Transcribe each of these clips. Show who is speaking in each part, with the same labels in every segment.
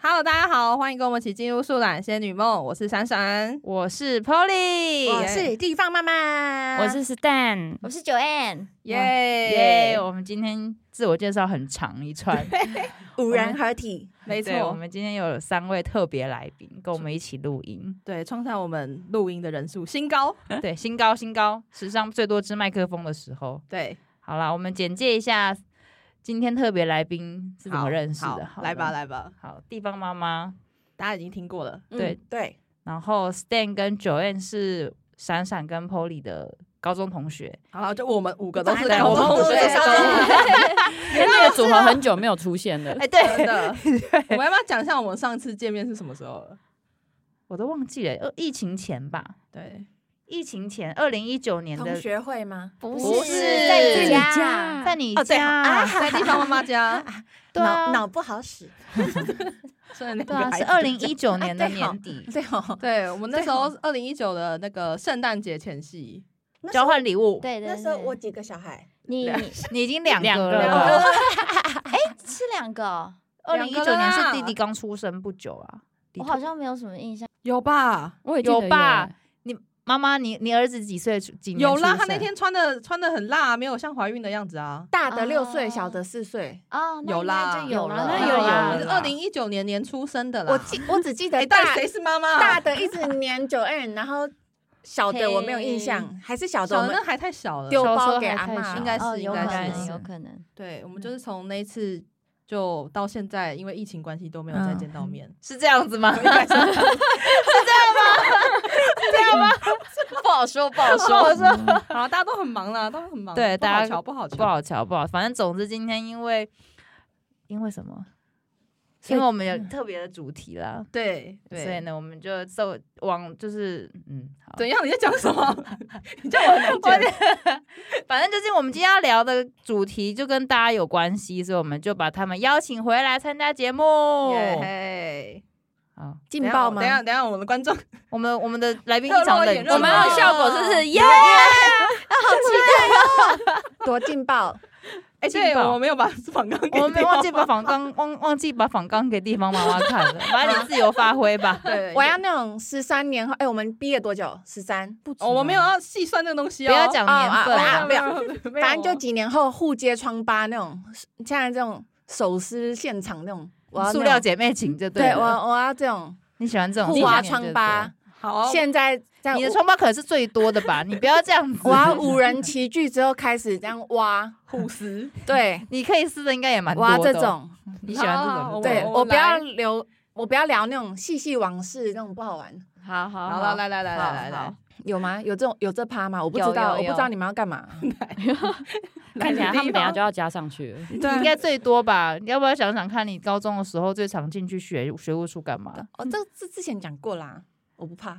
Speaker 1: Hello，大家好，欢迎跟我们一起进入《树懒仙女梦》，我是闪闪，
Speaker 2: 我是 Polly，哎
Speaker 3: 我是地方妈妈，
Speaker 2: 我是 Stan，
Speaker 4: 我是 Joanne，
Speaker 1: 耶
Speaker 2: 耶我们今天自我介绍很长一串，
Speaker 3: 五人合体，
Speaker 1: 没
Speaker 2: 对，我
Speaker 1: 错，
Speaker 2: 们今天有三位特别来宾跟我们一起录 音，
Speaker 1: 对，创下我们录音的人数新高，
Speaker 2: 对，新高新高，史上最多支麦克风的时候。
Speaker 1: 对，
Speaker 2: 好啦，我们简介一下今天特别来宾是怎
Speaker 1: 好
Speaker 2: 么认识的，
Speaker 1: 好来吧，
Speaker 2: 来，
Speaker 1: 来吧，
Speaker 2: 好，地方妈妈，
Speaker 1: 大家已经听过了，
Speaker 3: 嗯
Speaker 2: 对
Speaker 3: 对，
Speaker 2: 然后 Stan 跟 Joanne 是闪闪跟 Polly 的高中同学，
Speaker 1: 好了，就我们五个都是
Speaker 3: 对
Speaker 2: 对，
Speaker 1: 高
Speaker 3: 我
Speaker 2: 我
Speaker 1: 中同
Speaker 2: 们
Speaker 3: 们五
Speaker 2: 五
Speaker 3: 个
Speaker 2: 个
Speaker 1: 学
Speaker 3: 都是
Speaker 1: 生
Speaker 3: 高中
Speaker 5: 因为那个组合很久没有出现了。
Speaker 2: 哎，对，
Speaker 1: 真 的，我们要不要讲一下我们上次见面是什么时候了？
Speaker 2: 我都忘记了，呃，疫情前吧，
Speaker 1: 对，
Speaker 2: 疫情前，二零一九年
Speaker 3: 同
Speaker 2: 的，
Speaker 3: 学会吗？
Speaker 4: 不
Speaker 2: 不是
Speaker 4: 在你
Speaker 5: 在你家
Speaker 4: 家，
Speaker 2: 在你
Speaker 3: 哦对
Speaker 2: 家，
Speaker 1: 啊 在地方妈妈家
Speaker 2: 对啊
Speaker 3: 脑脑不好使，
Speaker 1: 生了两
Speaker 2: 对
Speaker 1: 个
Speaker 2: 啊，
Speaker 1: 孩
Speaker 2: 是
Speaker 1: 子，
Speaker 2: 二零一九年的
Speaker 3: 啊对哦
Speaker 2: 年底，
Speaker 3: 对哦，
Speaker 1: 对我们那时候二零一九的那个圣诞节前夕，
Speaker 3: 那时
Speaker 2: 交
Speaker 3: 候
Speaker 2: 换礼物，
Speaker 4: 对对，
Speaker 3: 那时候
Speaker 4: 对
Speaker 3: 我几个小孩，
Speaker 4: 你
Speaker 2: 你已经两
Speaker 5: 两
Speaker 2: 个
Speaker 5: 个
Speaker 2: 了。
Speaker 4: 是两个哦，
Speaker 2: 二零一九年
Speaker 1: 两
Speaker 2: 是
Speaker 1: 个
Speaker 2: 弟
Speaker 1: 啦
Speaker 2: 弟刚出生不久啊，弟
Speaker 4: 我
Speaker 2: 弟
Speaker 4: 好像没有什么印象。
Speaker 1: 有吧？
Speaker 5: 我也记
Speaker 2: 有
Speaker 5: 得欸
Speaker 2: 吧？你妈妈，你你儿子几岁出？几年
Speaker 1: 有啦，
Speaker 2: 出
Speaker 1: 她那
Speaker 2: 生
Speaker 1: 天穿的穿的很辣，没有像怀孕的样子啊。
Speaker 3: 大的六
Speaker 4: 哦
Speaker 3: 岁，小的四岁。
Speaker 4: 哦，那
Speaker 1: 有
Speaker 4: 应
Speaker 1: 啦
Speaker 4: 该就
Speaker 2: 有
Speaker 4: 有
Speaker 2: 啦
Speaker 4: 啊了，
Speaker 2: 那
Speaker 1: 有啦，
Speaker 2: 有啦
Speaker 1: 你是二零一九年年出生的啦。
Speaker 3: 我记我只记
Speaker 1: 哎、
Speaker 3: 得
Speaker 1: 到底
Speaker 3: 大
Speaker 1: 谁是妈妈、
Speaker 3: 大
Speaker 1: 啊？
Speaker 3: 的一直黏九二，然后小的我没有印象，还是小的
Speaker 1: 啊小
Speaker 3: 我
Speaker 1: 的那
Speaker 3: 们
Speaker 1: 还太小了。
Speaker 3: 丢
Speaker 5: 小时候
Speaker 3: 包给
Speaker 5: 还
Speaker 3: 阿
Speaker 5: 太
Speaker 3: 嬷，
Speaker 5: 小
Speaker 1: 应该是
Speaker 4: 哦，有
Speaker 1: 应
Speaker 4: 可
Speaker 1: 该
Speaker 4: 能，
Speaker 2: 是
Speaker 4: 有可能。
Speaker 1: 对，我们就是从那一次就到现在，因为疫情关系都没有
Speaker 2: 嗯
Speaker 1: 再见到 面。
Speaker 2: 是这样子吗？
Speaker 4: 不好说，不好
Speaker 1: 我 说，我说，好，大家都很忙啦，都很忙。
Speaker 2: 嗯对
Speaker 1: 不好
Speaker 2: 大家
Speaker 1: 瞧不好
Speaker 2: 不
Speaker 1: 瞧。
Speaker 2: 好瞧，不好，反正总之今天因为因为什么？
Speaker 5: 所
Speaker 2: 因
Speaker 5: 以
Speaker 2: 为我们有特别的主题啦，
Speaker 1: 对
Speaker 2: 所以
Speaker 1: 对，
Speaker 2: 呢，我们就就往就是嗯，好，
Speaker 1: 怎样？你在讲什么？ 你叫我很难接
Speaker 2: 反正就是我们今天要聊的主题就跟大家有关系，所以我们就把他们邀请回来参加节目。
Speaker 1: 耶
Speaker 2: 好，
Speaker 3: 劲爆吗哦
Speaker 1: 等一？下，等一下，我们的观众
Speaker 2: 我们我们的来宾
Speaker 1: 热
Speaker 2: 异常
Speaker 1: 络
Speaker 2: 冷
Speaker 1: 眼
Speaker 2: 静，
Speaker 1: 热
Speaker 5: 我们要
Speaker 1: 络
Speaker 5: 效果是不是耶？
Speaker 3: 多劲爆！
Speaker 1: 哎，
Speaker 2: 劲
Speaker 1: 对，
Speaker 2: 爆
Speaker 1: 我们没有把访纲给
Speaker 2: 我们没
Speaker 1: 丢
Speaker 2: 忘 记把访纲忘忘记把访纲给地方妈妈看了，反正你自由发挥 吧。
Speaker 1: 对，
Speaker 3: 我要那种十三年后，哎，我们毕业多久？十三，
Speaker 2: 不止
Speaker 1: 哦，我没有
Speaker 2: 吗
Speaker 1: 要细算这个东西
Speaker 2: 不
Speaker 1: 哦，
Speaker 2: 要讲年份
Speaker 3: 哦啊
Speaker 2: 啊，
Speaker 3: 啊
Speaker 1: 没有，没有没有哦
Speaker 3: 反正就几年后互揭疮疤那种，像这种手撕现场那种，我要那种
Speaker 2: 塑料姐妹情就
Speaker 3: 对
Speaker 2: 了。
Speaker 3: 我我要这种
Speaker 2: 你喜欢这种
Speaker 3: 互
Speaker 2: 画
Speaker 3: 挖
Speaker 2: 面就对
Speaker 3: 疮疤。
Speaker 1: 好啊，
Speaker 3: 现在在
Speaker 2: 你的
Speaker 3: 我
Speaker 2: 疮疤可能是最多的吧？你不要这样子。
Speaker 3: 我要五人齐聚之后开始这样挖，
Speaker 1: 互撕，
Speaker 3: 对，
Speaker 2: 你可以撕的应该也蛮多的
Speaker 3: 挖
Speaker 2: 哦。
Speaker 3: 这种，
Speaker 2: 你喜欢这
Speaker 1: 好好
Speaker 2: 种？
Speaker 3: 对
Speaker 1: 我
Speaker 3: 我不要
Speaker 1: 来
Speaker 3: 留，我不要聊那种细细往事那种不好玩，
Speaker 2: 好好
Speaker 1: 好了，来来来
Speaker 2: 好
Speaker 1: 来来来，
Speaker 3: 有吗？有这种有这趴吗？我不
Speaker 2: 有
Speaker 3: 知道，
Speaker 2: 有
Speaker 3: 我不
Speaker 2: 有
Speaker 3: 知道你们要干嘛，
Speaker 5: 看起来他们 等一下就
Speaker 1: 要
Speaker 5: 要加上去了。
Speaker 3: 啊
Speaker 2: 应该最多吧？你要不要想想看你高中的时候最常进去学学务处干嘛？
Speaker 3: 哦，这这之前讲过啦，我不怕，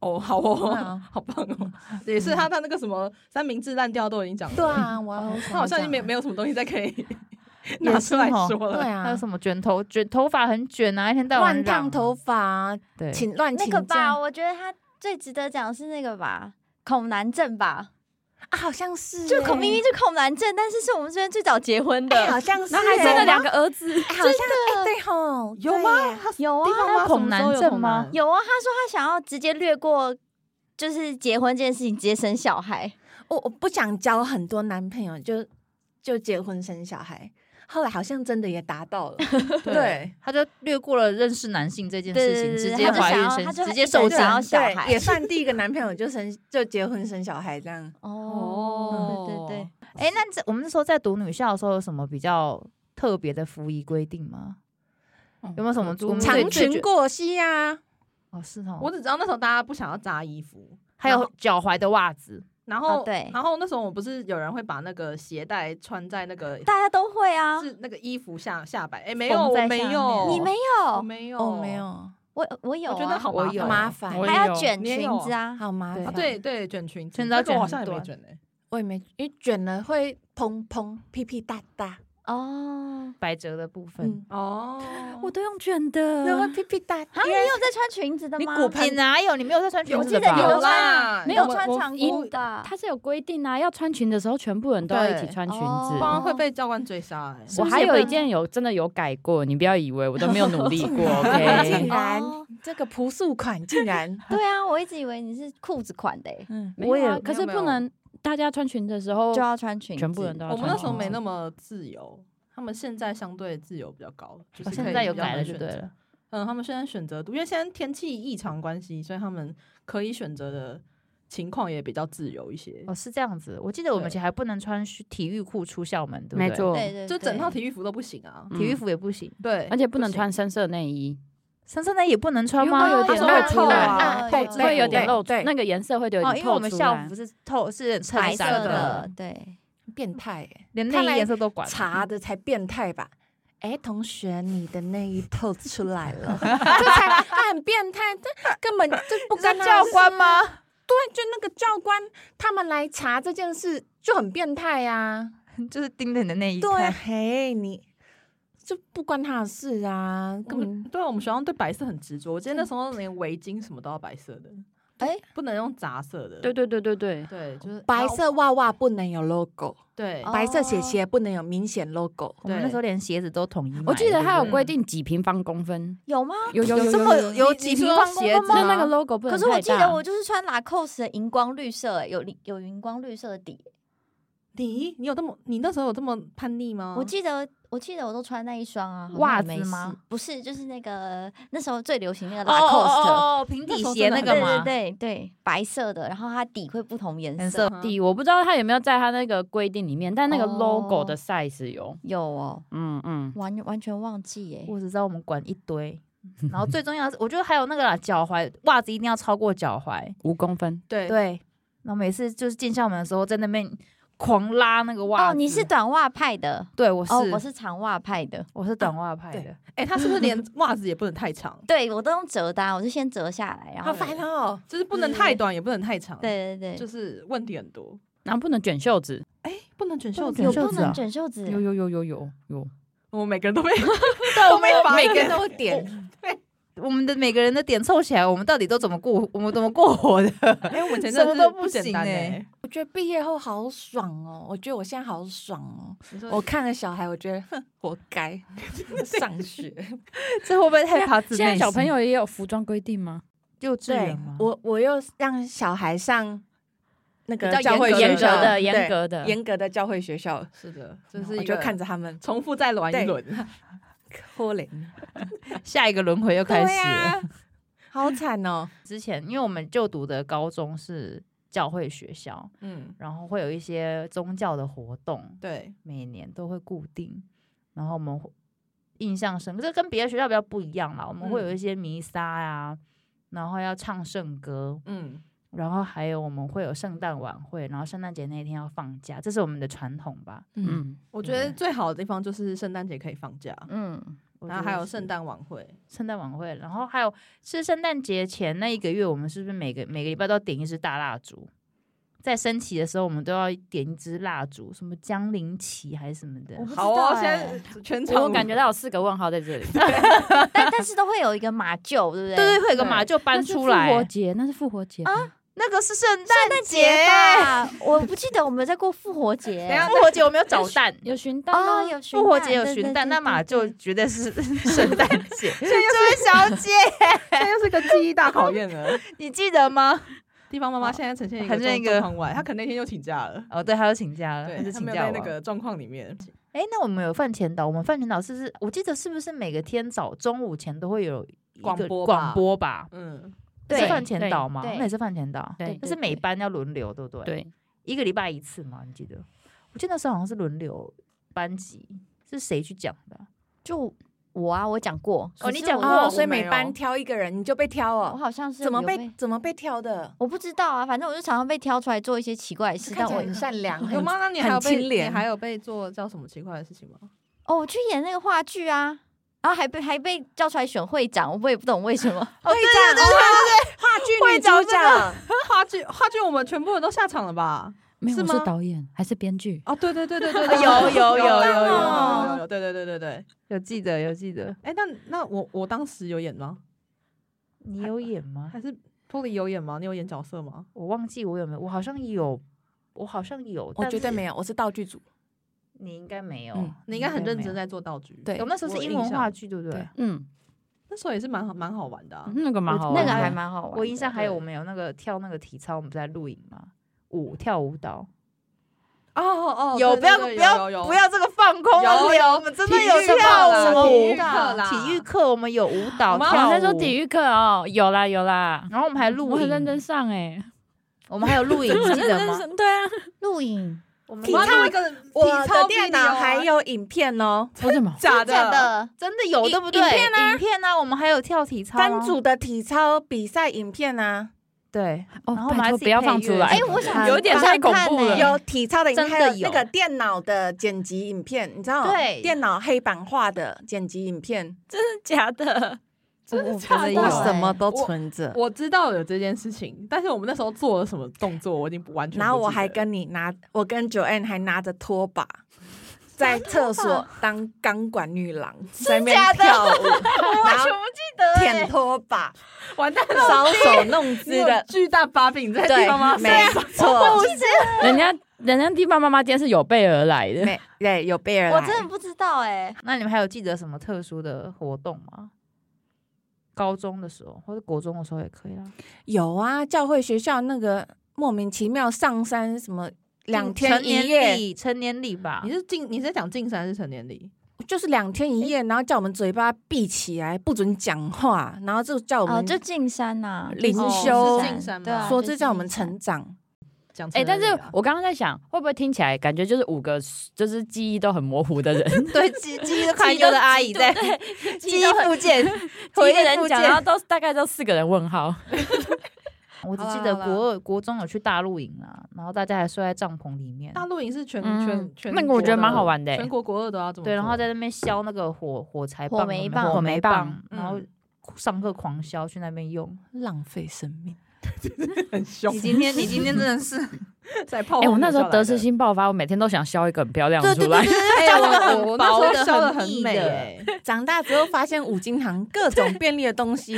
Speaker 1: 哦，好
Speaker 3: 对
Speaker 1: 哦，
Speaker 3: 啊
Speaker 1: 好棒哦，也是他他那个什么三明治烂掉都已经讲
Speaker 3: 对
Speaker 1: 过了，
Speaker 3: 啊，我要
Speaker 1: 他好像也没没有什么东西再可以
Speaker 2: 也
Speaker 1: 拿
Speaker 2: 是
Speaker 1: 出来
Speaker 2: 哦
Speaker 1: 说
Speaker 3: 对
Speaker 1: 了，
Speaker 3: 啊，
Speaker 2: 还有什么卷头卷头发很卷啊，一天到晚
Speaker 3: 乱烫
Speaker 2: 染
Speaker 3: 头，发，
Speaker 2: 对，
Speaker 3: 请乱
Speaker 4: 那
Speaker 3: 请
Speaker 4: 个吧，
Speaker 3: 假
Speaker 4: 我觉得他最值得讲的是那个吧，恐男症吧，
Speaker 3: 啊，好像是
Speaker 4: 就
Speaker 3: 欸
Speaker 4: 恐明明就恐男症，但是是我们这边最早结婚
Speaker 3: 哎
Speaker 4: 的，
Speaker 3: 好像是
Speaker 5: 然
Speaker 3: 欸，
Speaker 5: 后还生了两个儿子，
Speaker 3: 哎，好像哎对吼，
Speaker 1: 有
Speaker 3: 对
Speaker 1: 吗
Speaker 3: 耶？
Speaker 1: 他
Speaker 4: 有啊
Speaker 1: 地方妈
Speaker 2: 那
Speaker 1: 什么时
Speaker 2: 恐
Speaker 1: 候
Speaker 2: 男
Speaker 1: 有
Speaker 2: 症
Speaker 1: 恐
Speaker 2: 吗
Speaker 1: 男
Speaker 4: 有啊，他说他想要直接略过，就是结婚这件事情，直接生小孩。
Speaker 3: 我我不想交很多男朋友，就就结婚生小孩。后来好像真的也达 到了，对，
Speaker 2: 他就略过了认识男性这件事情，
Speaker 4: 对对对
Speaker 2: 直
Speaker 4: 他
Speaker 2: 接
Speaker 4: 就
Speaker 2: 怀
Speaker 4: 想
Speaker 2: 孕
Speaker 4: 要
Speaker 2: 生
Speaker 4: 他就
Speaker 2: 直接
Speaker 4: 一直
Speaker 2: 受
Speaker 4: 想要
Speaker 2: 精。
Speaker 4: 小孩
Speaker 3: 对，也算第一个男朋友就生就结婚生小孩这样。
Speaker 4: 哦，对对对，
Speaker 2: 哎，那这我们那时候在读女校的时候，有什么比较特别的服役规定吗？有没有什么我们最
Speaker 3: 长
Speaker 2: 最
Speaker 3: 裙
Speaker 2: 觉
Speaker 3: 过膝啊，
Speaker 2: 哦，是哦，
Speaker 1: 我只知道那时候大家不想要扎衣服。
Speaker 2: 还有脚踝的袜子，
Speaker 1: 然后，
Speaker 4: 哦对
Speaker 1: 然后那时候我不是有人会把那个鞋带穿在那个
Speaker 4: 大家都会啊。
Speaker 1: 是那个衣服下下摆，哎、没有，
Speaker 2: 缝在
Speaker 1: 我没
Speaker 2: 下
Speaker 1: 有，
Speaker 2: 面
Speaker 4: 你没
Speaker 1: 我
Speaker 4: 有，
Speaker 1: 没有，
Speaker 3: 哦，没，有，
Speaker 4: 我我有
Speaker 1: 我
Speaker 4: 啊，
Speaker 1: 觉得好
Speaker 2: 我有
Speaker 1: 烦
Speaker 3: 麻烦
Speaker 5: 我
Speaker 4: 还
Speaker 5: 也
Speaker 4: 要
Speaker 5: 有
Speaker 4: 卷
Speaker 1: 你也
Speaker 4: 裙
Speaker 1: 有
Speaker 4: 子啊。
Speaker 3: 好麻
Speaker 2: 对
Speaker 3: 烦。
Speaker 1: 啊，，对对，卷裙子，
Speaker 2: 裙子
Speaker 1: 那
Speaker 2: 要
Speaker 1: 个
Speaker 2: 卷
Speaker 1: 我好
Speaker 2: 很
Speaker 1: 像也没
Speaker 2: 短
Speaker 1: 卷呢、
Speaker 3: 我也没，因为卷了会砰砰屁屁大大，
Speaker 4: 哦，
Speaker 6: 百褶的部分。
Speaker 3: 嗯，
Speaker 1: 哦，
Speaker 2: 我都用卷的，
Speaker 3: 那会屁屁大，
Speaker 4: 啊，你有在穿裙子的
Speaker 3: 你
Speaker 4: 吗？
Speaker 3: 骨盆
Speaker 6: 你哪有？你没有在穿裙
Speaker 1: 有
Speaker 6: 子
Speaker 4: 记
Speaker 6: 的
Speaker 4: 得
Speaker 6: 吧？
Speaker 4: 你
Speaker 1: 有
Speaker 4: 有
Speaker 1: 啦
Speaker 4: 穿，没有穿
Speaker 2: 我
Speaker 4: 长
Speaker 2: 我
Speaker 4: 裤的。
Speaker 2: 它是有规定啊，要穿裙的时候，全部人都要一起
Speaker 6: 对
Speaker 2: 穿裙
Speaker 4: 哦
Speaker 2: 子。
Speaker 1: 不然会被教官追杀哎。
Speaker 2: 我还有一件有真的有改过，你不要以为我都没有努力过
Speaker 3: 竟
Speaker 2: ，OK？
Speaker 3: 然
Speaker 4: 哦
Speaker 3: 这个朴素款 竟然，
Speaker 4: 对啊，我一直以为你是裤子款的欸，
Speaker 3: 嗯，
Speaker 2: 没有啊
Speaker 1: 我也
Speaker 2: 可是
Speaker 1: 没有
Speaker 2: 不能大家穿裙的时候
Speaker 4: 就，要穿裙子，
Speaker 2: 全部人都要
Speaker 1: 我
Speaker 2: 穿裙
Speaker 1: 们
Speaker 2: 子。
Speaker 1: 那时候没那么自由，他们现在相对自由比较高，就
Speaker 6: 我
Speaker 2: 哦
Speaker 1: 是
Speaker 6: 现
Speaker 1: 可以
Speaker 6: 在有
Speaker 1: 比较
Speaker 6: 改了
Speaker 1: 能
Speaker 6: 就
Speaker 1: 选
Speaker 6: 对
Speaker 1: 择
Speaker 6: 了。
Speaker 1: 嗯，他们现在选择度，因为现在天气异常关系，所以他们可以选择的情况也比较自由一些。
Speaker 6: 哦，是这样子。我记得我们以前还不能穿虚体育裤出校门，对不对？，
Speaker 4: 对对，
Speaker 1: 就整套
Speaker 4: 对
Speaker 1: 体育服都不行啊。
Speaker 2: 嗯
Speaker 6: 体育服也不行，
Speaker 1: 对，
Speaker 2: 而且不能
Speaker 1: 行
Speaker 2: 穿深色内衣，
Speaker 6: 深色内也不能穿
Speaker 2: 因
Speaker 6: 吗？
Speaker 2: 为会有点
Speaker 1: 它说
Speaker 2: 露
Speaker 1: 会
Speaker 2: 出
Speaker 1: 透
Speaker 2: 来
Speaker 1: 啊
Speaker 2: 啊，
Speaker 4: 对
Speaker 2: 透
Speaker 4: 对
Speaker 2: 会有点
Speaker 3: 对
Speaker 2: 露出
Speaker 3: 对，
Speaker 2: 那个颜色会有
Speaker 6: 哦，
Speaker 2: 点
Speaker 6: 因为我
Speaker 2: 透
Speaker 6: 们
Speaker 2: 出
Speaker 6: 校
Speaker 2: 来
Speaker 6: 服。是透
Speaker 4: 白
Speaker 6: 是衬
Speaker 4: 色
Speaker 6: 衫
Speaker 4: 的，，对，
Speaker 3: 变态欸耶，
Speaker 6: 连
Speaker 3: 看
Speaker 6: 内
Speaker 3: 来
Speaker 6: 衣颜色都管。
Speaker 3: 查的才变态吧？ 哎，同学，你的内衣透出来 了，这才他很变态，这根本就不
Speaker 6: 是
Speaker 3: 跟他
Speaker 6: 教 官吗？
Speaker 3: 啊对，就那个教官他们来查这件事就很变态呀、
Speaker 6: 就是盯着你的内衣
Speaker 3: 对，
Speaker 6: 看。
Speaker 3: 嘿，你就不关他的事啊，
Speaker 1: 我
Speaker 3: 根
Speaker 1: 们
Speaker 3: 本
Speaker 1: 对啊我们学校对白色很执着，我记得那时候连围巾什么都要白色的，
Speaker 4: 哎，
Speaker 1: 不能用杂色的。
Speaker 2: 对对对对对，
Speaker 1: 对，就是
Speaker 3: 白色袜袜不能有 logo，、
Speaker 1: 对
Speaker 4: 哦
Speaker 3: 白色鞋鞋不能有明显 logo。
Speaker 6: 我们那时候连鞋子都统一买的。
Speaker 2: 我记得它有
Speaker 6: 对不对
Speaker 2: 规定几平方公分，
Speaker 4: 有吗？
Speaker 2: 有有
Speaker 6: 嗯有这么有几平方公
Speaker 1: 鞋
Speaker 6: 分
Speaker 1: 子
Speaker 6: 吗？
Speaker 2: 那那个 logo 不
Speaker 4: 可
Speaker 2: 能
Speaker 4: 是我
Speaker 2: 太
Speaker 4: 记得
Speaker 2: 大
Speaker 4: 我。就是穿 Lacoste 的荧光绿色欸，有有荧光绿色的底欸。
Speaker 1: 你你有这么你那时候有这么叛逆吗？
Speaker 4: 我记得我记得我都穿那一双啊，好像
Speaker 6: 嗯袜
Speaker 4: 也
Speaker 6: 子
Speaker 4: 没事
Speaker 6: 吗？
Speaker 4: 不是，就是那个那时候最流行那个
Speaker 6: 哦哦哦
Speaker 4: Lacoste，
Speaker 6: 哦哦，平底鞋那个
Speaker 4: 对
Speaker 6: 嘛，
Speaker 4: 对对对，白色的，然后它底会不同颜
Speaker 6: 颜
Speaker 4: 色
Speaker 1: 嗯
Speaker 6: 色。
Speaker 2: 底我不知道它有没有在它那个规定里面，但那个
Speaker 4: 哦
Speaker 2: logo 的 size 有，
Speaker 4: 有哦，
Speaker 2: 嗯嗯，
Speaker 4: 完完全忘记耶。
Speaker 6: 我只知道我们管一 堆。然后最重要的是，我觉得还有那个啦，脚踝袜子一定要超过脚踝。
Speaker 2: 五公分，
Speaker 1: 对
Speaker 6: 对，然后每次就是进校门的时候，在那边狂拉那个袜
Speaker 4: 哦，
Speaker 6: 子。
Speaker 4: 你是短袜派的，
Speaker 6: 对，我是
Speaker 4: 哦，我是长袜派的。
Speaker 6: 我是短袜派
Speaker 3: 对
Speaker 6: 的，
Speaker 1: 哎，他是 不是连袜子也不能太长？
Speaker 4: 对我都用折的啊，我是先折下来，然后
Speaker 3: 好烦哦！
Speaker 1: 就是不能太短，也不能太长。，
Speaker 4: 对对
Speaker 1: 就
Speaker 4: 对，
Speaker 1: 是问题很多。
Speaker 2: 然后不能卷袖子，
Speaker 1: 哎，不能卷袖
Speaker 6: 不
Speaker 1: 子
Speaker 6: 能
Speaker 4: 有
Speaker 6: 卷，袖
Speaker 4: 不
Speaker 6: 子啊
Speaker 4: 能卷袖子，
Speaker 2: 有有有有有有，
Speaker 1: 我们每个人 都被
Speaker 6: 对，我 们
Speaker 1: 把
Speaker 3: 每个
Speaker 1: 人
Speaker 3: 人都会点，
Speaker 6: 我们的每个人的点凑起来，我们到底都怎么过？我们怎么过活的？
Speaker 1: 哎，我们前
Speaker 6: 什
Speaker 1: 阵
Speaker 6: 么
Speaker 1: 子
Speaker 6: 都不
Speaker 1: 不简
Speaker 6: 行
Speaker 1: 单
Speaker 6: 哎
Speaker 1: 哎。
Speaker 3: 我觉得毕业后好爽哦！我觉得我现在好爽哦！
Speaker 1: 你说
Speaker 3: 我看了小孩，我觉得哼，活该上学。
Speaker 6: 这会不会太爬自内
Speaker 2: 现在小朋
Speaker 6: 心
Speaker 2: 友也有服装规定吗？
Speaker 6: 幼稚
Speaker 3: 对
Speaker 6: 园吗？
Speaker 3: 我，我又让小孩上那个
Speaker 1: 比较
Speaker 3: 教会
Speaker 1: 严
Speaker 3: 学
Speaker 1: 格
Speaker 3: 校
Speaker 1: 的
Speaker 3: 对
Speaker 2: 严格的
Speaker 3: 严格的教会学校，
Speaker 1: 是的，就是
Speaker 3: 我
Speaker 1: 一
Speaker 3: 就
Speaker 1: 个
Speaker 3: 看着 他们
Speaker 1: 重复再玩一
Speaker 3: 对
Speaker 1: 轮。
Speaker 3: 拖累，
Speaker 6: 下一个轮回又开始
Speaker 3: 对
Speaker 6: 了。
Speaker 3: 呀，好惨哦！
Speaker 6: 之前因为我们就读的高中是教会学校，
Speaker 1: 嗯，
Speaker 6: 然后会有一些宗教的活动，
Speaker 1: 对，
Speaker 6: 每年都会固定。然后我们会印象深刻，这跟别的学校比较不一样啦。我们会
Speaker 2: 嗯
Speaker 6: 有一些弥撒呀、然后要唱圣歌，
Speaker 1: 嗯，
Speaker 6: 然后还有我们会有圣诞晚会，然后圣诞节那一天要放假，这是我们的传统吧。
Speaker 3: 嗯，
Speaker 2: 嗯，
Speaker 1: 我觉得最好的地方就是圣诞节可以放假，
Speaker 4: 嗯，
Speaker 6: 我
Speaker 1: 然后
Speaker 6: 觉
Speaker 1: 还
Speaker 6: 得
Speaker 1: 有
Speaker 6: 是
Speaker 1: 圣诞晚会。
Speaker 6: 圣诞晚会，然后还有是圣诞节前那一个月，我们是不是每个每个礼拜都要点一支大蜡烛？在升旗的时候，我们都要点一支蜡烛，什么江陵旗还是什么的
Speaker 4: 我。不知
Speaker 1: 好
Speaker 4: 道
Speaker 1: 哦，现
Speaker 4: 哎，
Speaker 1: 在全场
Speaker 2: 我感觉到有四个问号在 这里。
Speaker 4: 但但是都会有一个马厩，对不对？
Speaker 6: 对对，会有个
Speaker 1: 对
Speaker 6: 马就搬
Speaker 2: 那是
Speaker 6: 出
Speaker 2: 复活
Speaker 6: 来，
Speaker 2: 节那是复活节啊，
Speaker 6: 那个是圣
Speaker 4: 圣
Speaker 6: 诞
Speaker 4: 诞节吧， 我不记得我们在过复活节。
Speaker 1: 等一下
Speaker 6: 复活节我们有找蛋，
Speaker 2: 有寻到
Speaker 4: 哦，有
Speaker 6: 复活节有
Speaker 4: 巡
Speaker 6: 寻蛋，那马就绝对 是圣诞节。
Speaker 1: 现在又
Speaker 6: 这位小姐，
Speaker 1: 现在又是个记忆大考验了。
Speaker 6: 你记得吗？
Speaker 1: 地方妈妈现在呈现一个
Speaker 6: 呈现
Speaker 1: 状
Speaker 6: 一个
Speaker 1: 状况外，她可能那天又请假了，
Speaker 6: 哦，对，她要请假了，她
Speaker 1: 对，
Speaker 6: 是
Speaker 1: 她
Speaker 6: 请
Speaker 1: 没有
Speaker 6: 假
Speaker 1: 在
Speaker 6: 王
Speaker 1: 那。个状况里面。
Speaker 6: 哎，那我们有饭前岛，我们饭前岛是不是？我记得是不是每个天早中午前都会有一个
Speaker 1: 广播吧
Speaker 6: 广播吧？
Speaker 1: 嗯，
Speaker 6: 是
Speaker 4: 对
Speaker 6: 饭前岛吗？
Speaker 4: 对
Speaker 6: 那也是饭前岛，
Speaker 2: 对
Speaker 6: 那是
Speaker 4: 对
Speaker 6: 每
Speaker 4: 对
Speaker 6: 班要轮流，对不对？，
Speaker 2: 对，
Speaker 6: 一个礼拜一次嘛，你记得？我记得那时候好像是轮流班级，是谁去讲的啊？
Speaker 4: 就我啊，我讲过
Speaker 6: 哦你
Speaker 4: 可是
Speaker 6: 讲
Speaker 4: 我
Speaker 6: 过
Speaker 3: 哦，
Speaker 6: 我
Speaker 3: 所以
Speaker 1: 没
Speaker 3: 每
Speaker 1: 有
Speaker 3: 班挑一个人，你就被挑
Speaker 4: 我
Speaker 3: 哦。
Speaker 4: 好像是
Speaker 3: 怎么
Speaker 4: 有
Speaker 3: 被怎么被挑的？
Speaker 4: 我不知道啊，反正我就常常被挑出来做一些奇怪的事，
Speaker 3: 看
Speaker 4: 但
Speaker 3: 起
Speaker 4: 我
Speaker 3: 来很善良，
Speaker 1: 有
Speaker 3: 很
Speaker 1: 吗？那你还有
Speaker 3: 很
Speaker 1: 被
Speaker 3: 清
Speaker 1: 你
Speaker 3: 廉
Speaker 1: 还有被做叫什么奇怪的事情 吗？
Speaker 4: 哦，我去演那个话剧啊，然后还被还被叫出来选会长，我也不懂为什么。
Speaker 6: 哦，对对对对对，
Speaker 3: 话剧女主
Speaker 6: 会长
Speaker 3: 角，
Speaker 1: 话剧话剧我们全部人都下场了吧？
Speaker 2: 没有，
Speaker 1: 是
Speaker 2: 我
Speaker 1: 吗
Speaker 2: 是导演还是编剧？
Speaker 1: 哦，对对对对对对，
Speaker 6: 有有有
Speaker 1: 有
Speaker 6: 有
Speaker 1: 有
Speaker 6: 有
Speaker 1: 有有，对对对对对。
Speaker 6: 有记得有记得，
Speaker 1: 哎，那那我我当时有演吗？
Speaker 6: 你有演吗？
Speaker 1: 还是托里有演吗？你有演角色吗？
Speaker 6: 我忘记我有没有，我好像有，我好像有，
Speaker 3: 我绝对没
Speaker 6: 有，
Speaker 3: 有，我是道具组。
Speaker 6: 你应该没有
Speaker 3: 嗯，
Speaker 1: 你应该很认
Speaker 6: 没
Speaker 1: 真
Speaker 6: 有。
Speaker 1: 在做道具，
Speaker 3: 对
Speaker 6: 我们那时候
Speaker 1: 我有
Speaker 6: 是英
Speaker 1: 印
Speaker 6: 文
Speaker 1: 象
Speaker 6: 话剧，对不对？
Speaker 2: 嗯，
Speaker 1: 那时候也是蛮好蛮好玩的啊。
Speaker 2: 那个蛮好
Speaker 4: 那
Speaker 2: 玩的，
Speaker 4: 个还蛮好玩的。
Speaker 6: 我印象还有
Speaker 1: 对
Speaker 6: 我们有那个跳那个体操，我们不是在录影吗？舞跳舞蹈，
Speaker 1: 哦哦哦，
Speaker 6: 有
Speaker 1: 对
Speaker 6: 不要
Speaker 1: 对对
Speaker 6: 不要
Speaker 1: 有有
Speaker 6: 不要这个放空啊！
Speaker 1: 有
Speaker 6: 不要
Speaker 1: 有
Speaker 6: 我们真的
Speaker 1: 体
Speaker 6: 有
Speaker 1: 育
Speaker 6: 跳
Speaker 1: 课啦
Speaker 6: 什么
Speaker 1: 体
Speaker 6: 舞
Speaker 1: 育？课啦，
Speaker 6: 体育课我们有舞蹈，
Speaker 1: 我们好
Speaker 2: 哦，
Speaker 6: 跳
Speaker 2: 在
Speaker 6: 舞
Speaker 2: 说体，育课哦，有啦有啦，
Speaker 6: 然后我们还录
Speaker 2: 嗯我很认
Speaker 6: 影
Speaker 2: 真，上哎，
Speaker 6: 我们还有录影，你记得吗？
Speaker 2: 对啊，
Speaker 4: 录影，
Speaker 6: 我们
Speaker 1: 我要弄一个
Speaker 3: 我
Speaker 1: 体操
Speaker 3: 的电脑
Speaker 1: video 啊
Speaker 3: 还 有影片哦，
Speaker 2: 为什么？
Speaker 1: 假
Speaker 4: 真的
Speaker 6: 真的有
Speaker 3: 影
Speaker 6: 对不
Speaker 3: 影
Speaker 6: 对？
Speaker 3: 片
Speaker 6: 影片呢？我们还有跳体操啊
Speaker 3: 分组的体操比赛影片啊，
Speaker 6: 对，
Speaker 2: 哦
Speaker 6: 然后，我们
Speaker 2: 拜
Speaker 6: 还
Speaker 2: 托
Speaker 6: 自己
Speaker 2: 不要
Speaker 6: 配
Speaker 2: 放
Speaker 6: 乐
Speaker 2: 出来，
Speaker 4: 哎，我想
Speaker 2: 有点太恐怖了
Speaker 4: 看看欸
Speaker 3: 有体操的影片，还
Speaker 6: 真的
Speaker 3: 有那
Speaker 6: 有
Speaker 3: 个电脑的剪辑影片，你知道？
Speaker 6: 对
Speaker 3: 电脑黑板化的剪辑影片，
Speaker 2: 假的，
Speaker 1: 真的假
Speaker 6: 有
Speaker 1: 的
Speaker 6: 我
Speaker 1: 啊？
Speaker 6: 什么
Speaker 3: 都
Speaker 1: 存
Speaker 3: 着。
Speaker 1: 我知道有这件事情，但是我们那时候做了什么动作，我已经不完全不记得了。
Speaker 3: 然后我还跟你拿，我跟九 N 还拿着 拖把。在厕所当钢管女郎，在那边跳 舞，然后
Speaker 1: 欸
Speaker 3: 舔拖把，
Speaker 1: 完蛋了，
Speaker 3: 搔首弄
Speaker 1: 你
Speaker 3: 姿
Speaker 1: 有
Speaker 3: 的，
Speaker 1: 巨大把柄在地
Speaker 3: 对
Speaker 1: 方吗？，啊
Speaker 3: 没错，
Speaker 2: 人家人家地方妈妈今天是有备而来 的，
Speaker 3: 没对，有贝尔
Speaker 4: 我
Speaker 3: 来
Speaker 4: 真的不知道哎，
Speaker 6: 那你们还有记得什么特殊的活动吗？高中的时候或者国中的时候也可以啦。
Speaker 3: 有啊，教会学校那个莫名其妙上山什么两
Speaker 6: 嗯成
Speaker 3: 天
Speaker 6: 年
Speaker 3: 一夜，
Speaker 6: 礼，成年礼吧
Speaker 1: 你。是进你是在讲进山还是成年礼？
Speaker 3: 就是两天一夜，然后叫我们嘴巴闭起来，不准讲话，然后就叫我
Speaker 4: 哦，
Speaker 3: 们
Speaker 4: 就进山呐，
Speaker 3: 灵
Speaker 4: 就是
Speaker 3: 修
Speaker 4: 进
Speaker 1: 进山吗
Speaker 4: 对啊，
Speaker 3: 说
Speaker 4: 就
Speaker 3: 这
Speaker 4: 进
Speaker 3: 叫我们
Speaker 4: 山
Speaker 3: 成长。
Speaker 1: 讲成
Speaker 2: 哎、但
Speaker 1: 人
Speaker 2: 是
Speaker 1: 礼啊
Speaker 2: 我刚刚在想，会不会听起来感觉就是五个就是记忆都很模糊的 人，
Speaker 6: 对，记记忆 都堪忧的阿姨在记忆附件，
Speaker 2: 同
Speaker 6: 回
Speaker 2: 一
Speaker 6: 忆
Speaker 2: 个人哦
Speaker 6: 附
Speaker 2: 讲，
Speaker 6: 件
Speaker 2: 然后都大概都四个人问号，
Speaker 6: 我只
Speaker 3: 好啦
Speaker 6: 记得
Speaker 3: 好啦
Speaker 6: 国二、国中有去大陆营啊，然后大家还睡在帐篷里面，
Speaker 1: 大露营是全
Speaker 2: 嗯
Speaker 1: 全全，
Speaker 2: 那个我觉得蛮好玩的欸
Speaker 1: 全国国二都要这么
Speaker 6: 对，然后
Speaker 1: 做
Speaker 6: 在那边削那个火火柴
Speaker 4: 火
Speaker 6: 棒、
Speaker 4: 煤
Speaker 6: 我们
Speaker 4: 棒
Speaker 6: 火
Speaker 2: 火
Speaker 6: 煤
Speaker 2: 煤
Speaker 6: 棒，然后
Speaker 1: 嗯
Speaker 6: 上课狂削去那边用。
Speaker 3: 浪费生命，
Speaker 1: 很凶
Speaker 6: 你，今天，你今天真的是
Speaker 1: 在泡
Speaker 2: 哎、
Speaker 1: 泡
Speaker 2: 我那时
Speaker 1: 学校
Speaker 2: 候
Speaker 1: 来
Speaker 2: 得
Speaker 1: 的
Speaker 2: 失心爆发，我每天都想削一个很漂亮的出来，
Speaker 1: 哎、我我我那时候
Speaker 6: 削
Speaker 1: 笑
Speaker 6: 得
Speaker 1: 的
Speaker 6: 很
Speaker 1: 很
Speaker 6: 密
Speaker 1: 美、
Speaker 6: 的
Speaker 1: 哎
Speaker 3: 长大之后发现五金行各种便利的东 西，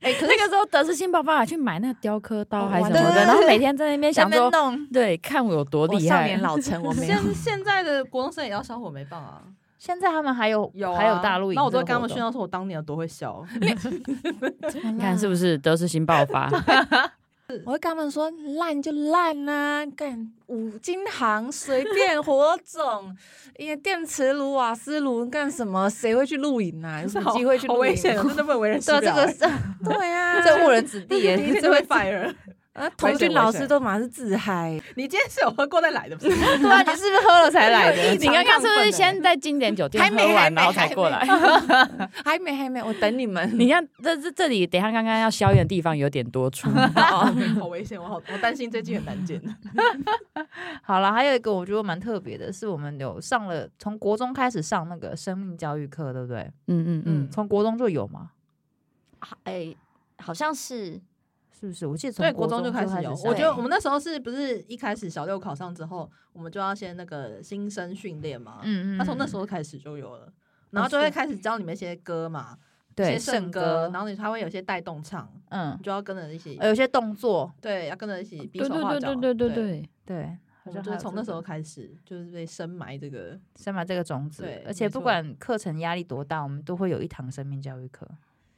Speaker 1: 哎、可
Speaker 2: 那个时候得失心爆发，还去买那个雕刻刀
Speaker 3: 哦
Speaker 2: 还是什
Speaker 3: 对
Speaker 2: 么
Speaker 3: 对
Speaker 2: 的，
Speaker 3: 对
Speaker 2: 然后每天在那边
Speaker 6: 在
Speaker 2: 想
Speaker 6: 那边
Speaker 2: 说，
Speaker 6: 弄。
Speaker 2: 对，看我有多
Speaker 3: 我
Speaker 2: 厉
Speaker 3: 少
Speaker 2: 害
Speaker 3: 年。老成，我
Speaker 1: 是
Speaker 3: 没有。
Speaker 1: 现现在的国中生也要烧火煤棒啊，
Speaker 6: 现在他们还有
Speaker 1: 有啊
Speaker 6: 还有大陆营这
Speaker 1: 那
Speaker 6: 个活动，
Speaker 1: 我都会跟他们炫耀说我当年有多会 笑，
Speaker 2: 你看是不是得失心爆发？
Speaker 3: 我会跟他们说烂就烂啊，干五金行随便火 种，因为电磁炉、瓦斯炉干什么，谁会去露营啊？有什么机会去
Speaker 1: 好
Speaker 3: 露
Speaker 1: 危险
Speaker 3: 营
Speaker 1: 哦，
Speaker 3: 啊？
Speaker 1: 真的不能为人师
Speaker 6: 对啊，这
Speaker 1: 表
Speaker 6: 个
Speaker 1: 哎
Speaker 6: 是
Speaker 3: 对 啊，
Speaker 6: 这误人子 弟耶，
Speaker 1: 第一天
Speaker 6: 这
Speaker 1: 就
Speaker 6: 会
Speaker 1: 会 fire。
Speaker 3: 呃，童军老师都马上是自嗨，
Speaker 1: 你今天是有喝过再来的，不 是？
Speaker 6: 对啊，你是不是喝了才来的？
Speaker 2: 你刚刚是不是先在经典酒店
Speaker 3: 还没
Speaker 2: 喝
Speaker 3: 还
Speaker 2: 完，
Speaker 3: 没
Speaker 2: 然后才过来？
Speaker 3: 还没还没，我等你 们。
Speaker 2: 你看这这这里，等一下刚刚要消炎的地方有点多 出。
Speaker 1: 好危险，我好我担心这季很难剪。
Speaker 6: 好了，还有一个我觉得蛮特别的，是我们有上了从国中开始上那个生命教育课，对不对？
Speaker 2: 嗯嗯嗯，
Speaker 6: 从国中就有嘛，
Speaker 4: 哎，好像是
Speaker 6: 是不是？我记得从
Speaker 1: 对，国中就开
Speaker 6: 开
Speaker 1: 始有。
Speaker 6: 上
Speaker 1: 我觉得我们那时候是不是一开始小六考上之后，我们就要先那个新生训练嘛？
Speaker 6: 嗯嗯，
Speaker 1: 那从那时
Speaker 6: 候
Speaker 1: 候开始就有了，然后就会开始教你们一些歌嘛，一
Speaker 6: 对
Speaker 1: 些圣
Speaker 6: 歌呃
Speaker 1: 歌，，然后你他会有些带动唱，
Speaker 6: 嗯
Speaker 1: 你，就要跟着一起，
Speaker 6: 有些动作，
Speaker 1: 对，要跟着一起比
Speaker 2: 对
Speaker 1: 手
Speaker 2: 对
Speaker 1: 画
Speaker 2: 对
Speaker 1: 脚。
Speaker 2: 对对对对，
Speaker 6: 对，
Speaker 1: 我们就是从那时候开始，就是被深埋这个。
Speaker 6: 深埋这个种子
Speaker 1: 对，
Speaker 6: 而且
Speaker 1: 没
Speaker 6: 不
Speaker 1: 错
Speaker 6: 管课程压力多大，我们都会有一堂生命教育课。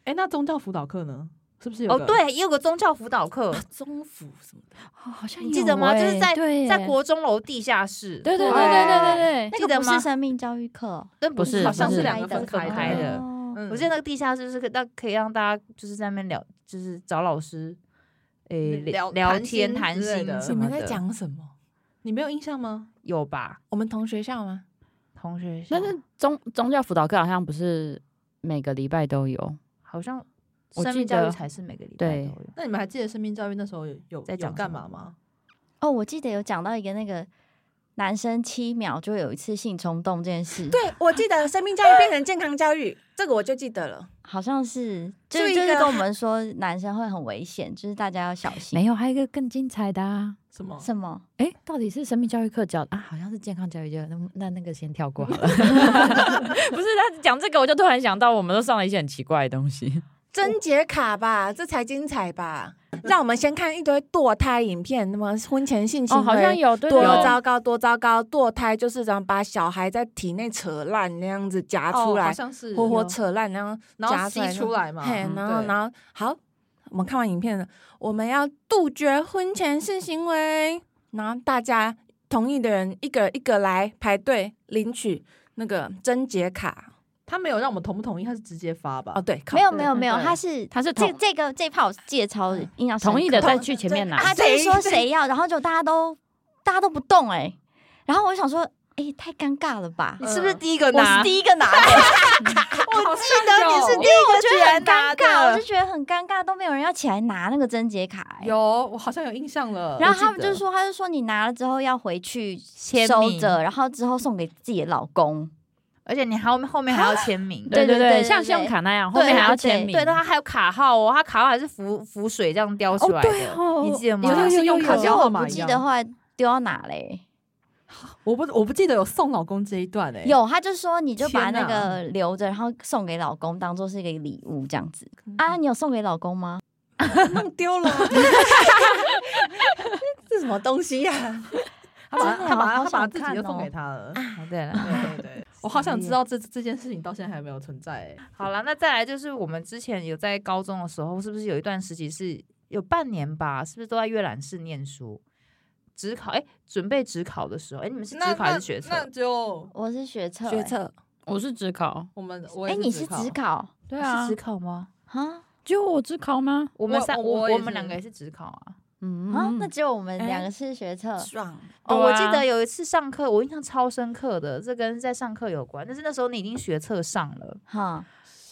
Speaker 1: 哎，那宗教辅导课呢？是不是有
Speaker 6: 哦，
Speaker 1: 个，
Speaker 6: 对，也有个宗教辅导课，
Speaker 3: 中府什么的，
Speaker 2: 好像
Speaker 6: 你记得吗
Speaker 2: 有
Speaker 6: 就
Speaker 2: 欸
Speaker 6: 是在
Speaker 2: 对
Speaker 6: 在国中楼地下室。
Speaker 2: 对对对
Speaker 4: 对
Speaker 2: 对对对，
Speaker 4: 那
Speaker 6: 记得
Speaker 4: 个不
Speaker 6: 吗
Speaker 4: 是生命教育课，
Speaker 6: 但
Speaker 2: 不是
Speaker 6: 好
Speaker 1: 好像
Speaker 6: 像
Speaker 2: 不
Speaker 6: 是
Speaker 2: 是
Speaker 6: 两个
Speaker 1: 分
Speaker 6: 分
Speaker 1: 开
Speaker 6: 开
Speaker 1: 的
Speaker 6: 的。
Speaker 4: 哦
Speaker 1: 嗯
Speaker 6: 我记得那个地下室是可那可以让大家就是在那边聊，就是找老师，诶
Speaker 1: 聊
Speaker 6: 聊
Speaker 1: 谈
Speaker 6: 天
Speaker 1: 心
Speaker 6: 谈
Speaker 1: 之类
Speaker 6: 心
Speaker 1: 的
Speaker 6: 什
Speaker 3: 你
Speaker 6: 么
Speaker 3: 们
Speaker 6: 的
Speaker 3: 在讲什么？
Speaker 1: 你没有印象吗？
Speaker 6: 有吧？
Speaker 3: 我们同学校吗？
Speaker 6: 同学校，
Speaker 2: 但是宗宗教辅导课好像不是每个礼拜都有，
Speaker 6: 好像
Speaker 2: 我
Speaker 6: 生
Speaker 2: 记
Speaker 6: 命教育
Speaker 2: 得
Speaker 6: 才是每个礼拜都
Speaker 2: 对
Speaker 6: 有。
Speaker 1: 那你们还记得生命教育那时候有有
Speaker 6: 在讲
Speaker 1: 有干
Speaker 6: 什么
Speaker 1: 嘛吗？
Speaker 4: 哦，我记得有讲到一个那个男生七秒就会有一次性冲动这件事，，
Speaker 3: 对，我记得生命教育变成健康教 育，这个我就记得了。
Speaker 4: 好像是就
Speaker 3: 就是一
Speaker 4: 就是
Speaker 3: 个
Speaker 4: 跟我们说男生会很危险，就是大家要小心。
Speaker 2: 没有，还有一个更精彩的啊！
Speaker 1: 什么？
Speaker 4: 什么？
Speaker 2: 哎，到底是生命教育课教的啊？好像是健康教育教的，那那那个先跳过好 了。不是他讲这个，我就突然想到，我们都上了一些很奇怪的东西。
Speaker 3: 贞洁卡吧，这才精彩吧！让我们先看一堆堕胎影片，那么婚前性行为、
Speaker 2: 哦，好像有，对对
Speaker 3: 多
Speaker 2: 对
Speaker 3: 糟糕，多糟糕！堕胎就是这样，把小孩在体内扯烂那样子夹
Speaker 1: 哦
Speaker 3: 出来，
Speaker 1: 好像是
Speaker 3: 活活
Speaker 1: 有
Speaker 3: 扯烂，然后
Speaker 1: 然后
Speaker 3: 夹
Speaker 1: 吸出来嘛
Speaker 3: 嘿，
Speaker 1: 嗯
Speaker 3: 然后
Speaker 1: 对
Speaker 3: 然后好，我们看完影片了，我们要杜绝婚前性行为，然后大家同意的人一个一个来排队领取那个贞洁卡。
Speaker 1: 他没有让我们同不同意，他是直接发吧？
Speaker 3: 哦，对，靠
Speaker 4: 没有没有
Speaker 2: 对
Speaker 4: 没有，
Speaker 2: 对
Speaker 4: 他是
Speaker 2: 他是
Speaker 4: 这
Speaker 2: 同
Speaker 4: 这个这炮借超印象深刻
Speaker 2: 同意的再去前面拿
Speaker 4: 啊，他就
Speaker 3: 谁
Speaker 4: 是说谁要，然后就大家都大家都不动哎、然后我就想说，哎、太尴尬了吧。
Speaker 1: 你是不是
Speaker 3: 嗯第一个
Speaker 4: 我是第一个拿的，
Speaker 1: 我记
Speaker 3: 得你是第
Speaker 4: 哦我觉得很尴尬，我
Speaker 1: 的
Speaker 4: 就觉得很尴尬，都没有人要起来拿那个贞洁卡、欸。
Speaker 1: 有，我好像有印象了。
Speaker 4: 然
Speaker 1: 我
Speaker 4: 后
Speaker 1: 记
Speaker 4: 他们
Speaker 1: 得
Speaker 4: 就说，他就说你拿了之后要回去
Speaker 6: 签
Speaker 4: 收
Speaker 6: 名
Speaker 4: 着，然后之后送给自己的老 公。
Speaker 6: 而且你还后面后面还要签名，
Speaker 4: 对
Speaker 2: 对
Speaker 4: 对对
Speaker 2: 像
Speaker 4: 对
Speaker 2: 信用卡那样，后
Speaker 6: 对
Speaker 2: 面还要
Speaker 6: 对
Speaker 2: 签名。
Speaker 6: 对，但它还有卡号哦，它卡号还是浮浮水这样雕出来的，
Speaker 2: 哦
Speaker 6: 你记得吗？
Speaker 1: 有有有有有
Speaker 4: 可是
Speaker 1: 有
Speaker 4: 我
Speaker 1: 号码
Speaker 4: 不
Speaker 1: 一
Speaker 4: 记
Speaker 1: 样
Speaker 4: 得后来丢到哪嘞、
Speaker 1: 我不我不记得有送老公这一段哎、
Speaker 4: 有，他就说你就把
Speaker 1: 天
Speaker 4: 那
Speaker 1: 哪
Speaker 4: 个留着，然后送给老公，当做是一个礼物这样子。啊，你有送给老公吗？
Speaker 3: 弄丢了，这什么东西呀、
Speaker 1: 他把
Speaker 4: 真的
Speaker 1: 他把他
Speaker 4: 好
Speaker 1: 把
Speaker 4: 想
Speaker 1: 自己
Speaker 4: 看
Speaker 1: 就送
Speaker 4: 哦
Speaker 1: 给他了。
Speaker 6: 啊对了，
Speaker 1: 对对 对，我好想知道这这件事情到现在还有没有存在哎、
Speaker 6: 好了，那再来就是我们之前有在高中的时候，是不是有一段时期是有半年吧？是不是都在阅览室念书？职考哎、准备职考的时候，哎、你们是职考还是学测？
Speaker 1: 那就
Speaker 4: 我是学测、欸
Speaker 3: 学。测
Speaker 2: 我是只考，
Speaker 1: 我们我
Speaker 4: 哎、
Speaker 1: 也
Speaker 4: 你是职考
Speaker 2: 对啊
Speaker 6: 是职考吗？
Speaker 4: 啊？
Speaker 2: 就我只考吗？
Speaker 6: 我们
Speaker 1: 我
Speaker 6: 三
Speaker 1: 我
Speaker 6: 我
Speaker 1: 我也
Speaker 6: 们两
Speaker 1: 是
Speaker 6: 个也是职考啊。
Speaker 2: 嗯
Speaker 4: 啊，那只有我们
Speaker 3: 哎
Speaker 4: 两个是学测。
Speaker 3: 爽，
Speaker 6: 哦，
Speaker 2: 对
Speaker 6: 我
Speaker 2: 啊
Speaker 6: 记得有一次上课，我印象超深刻的，这跟在上课有关。但是那时候你已经学测上了，
Speaker 4: 哈，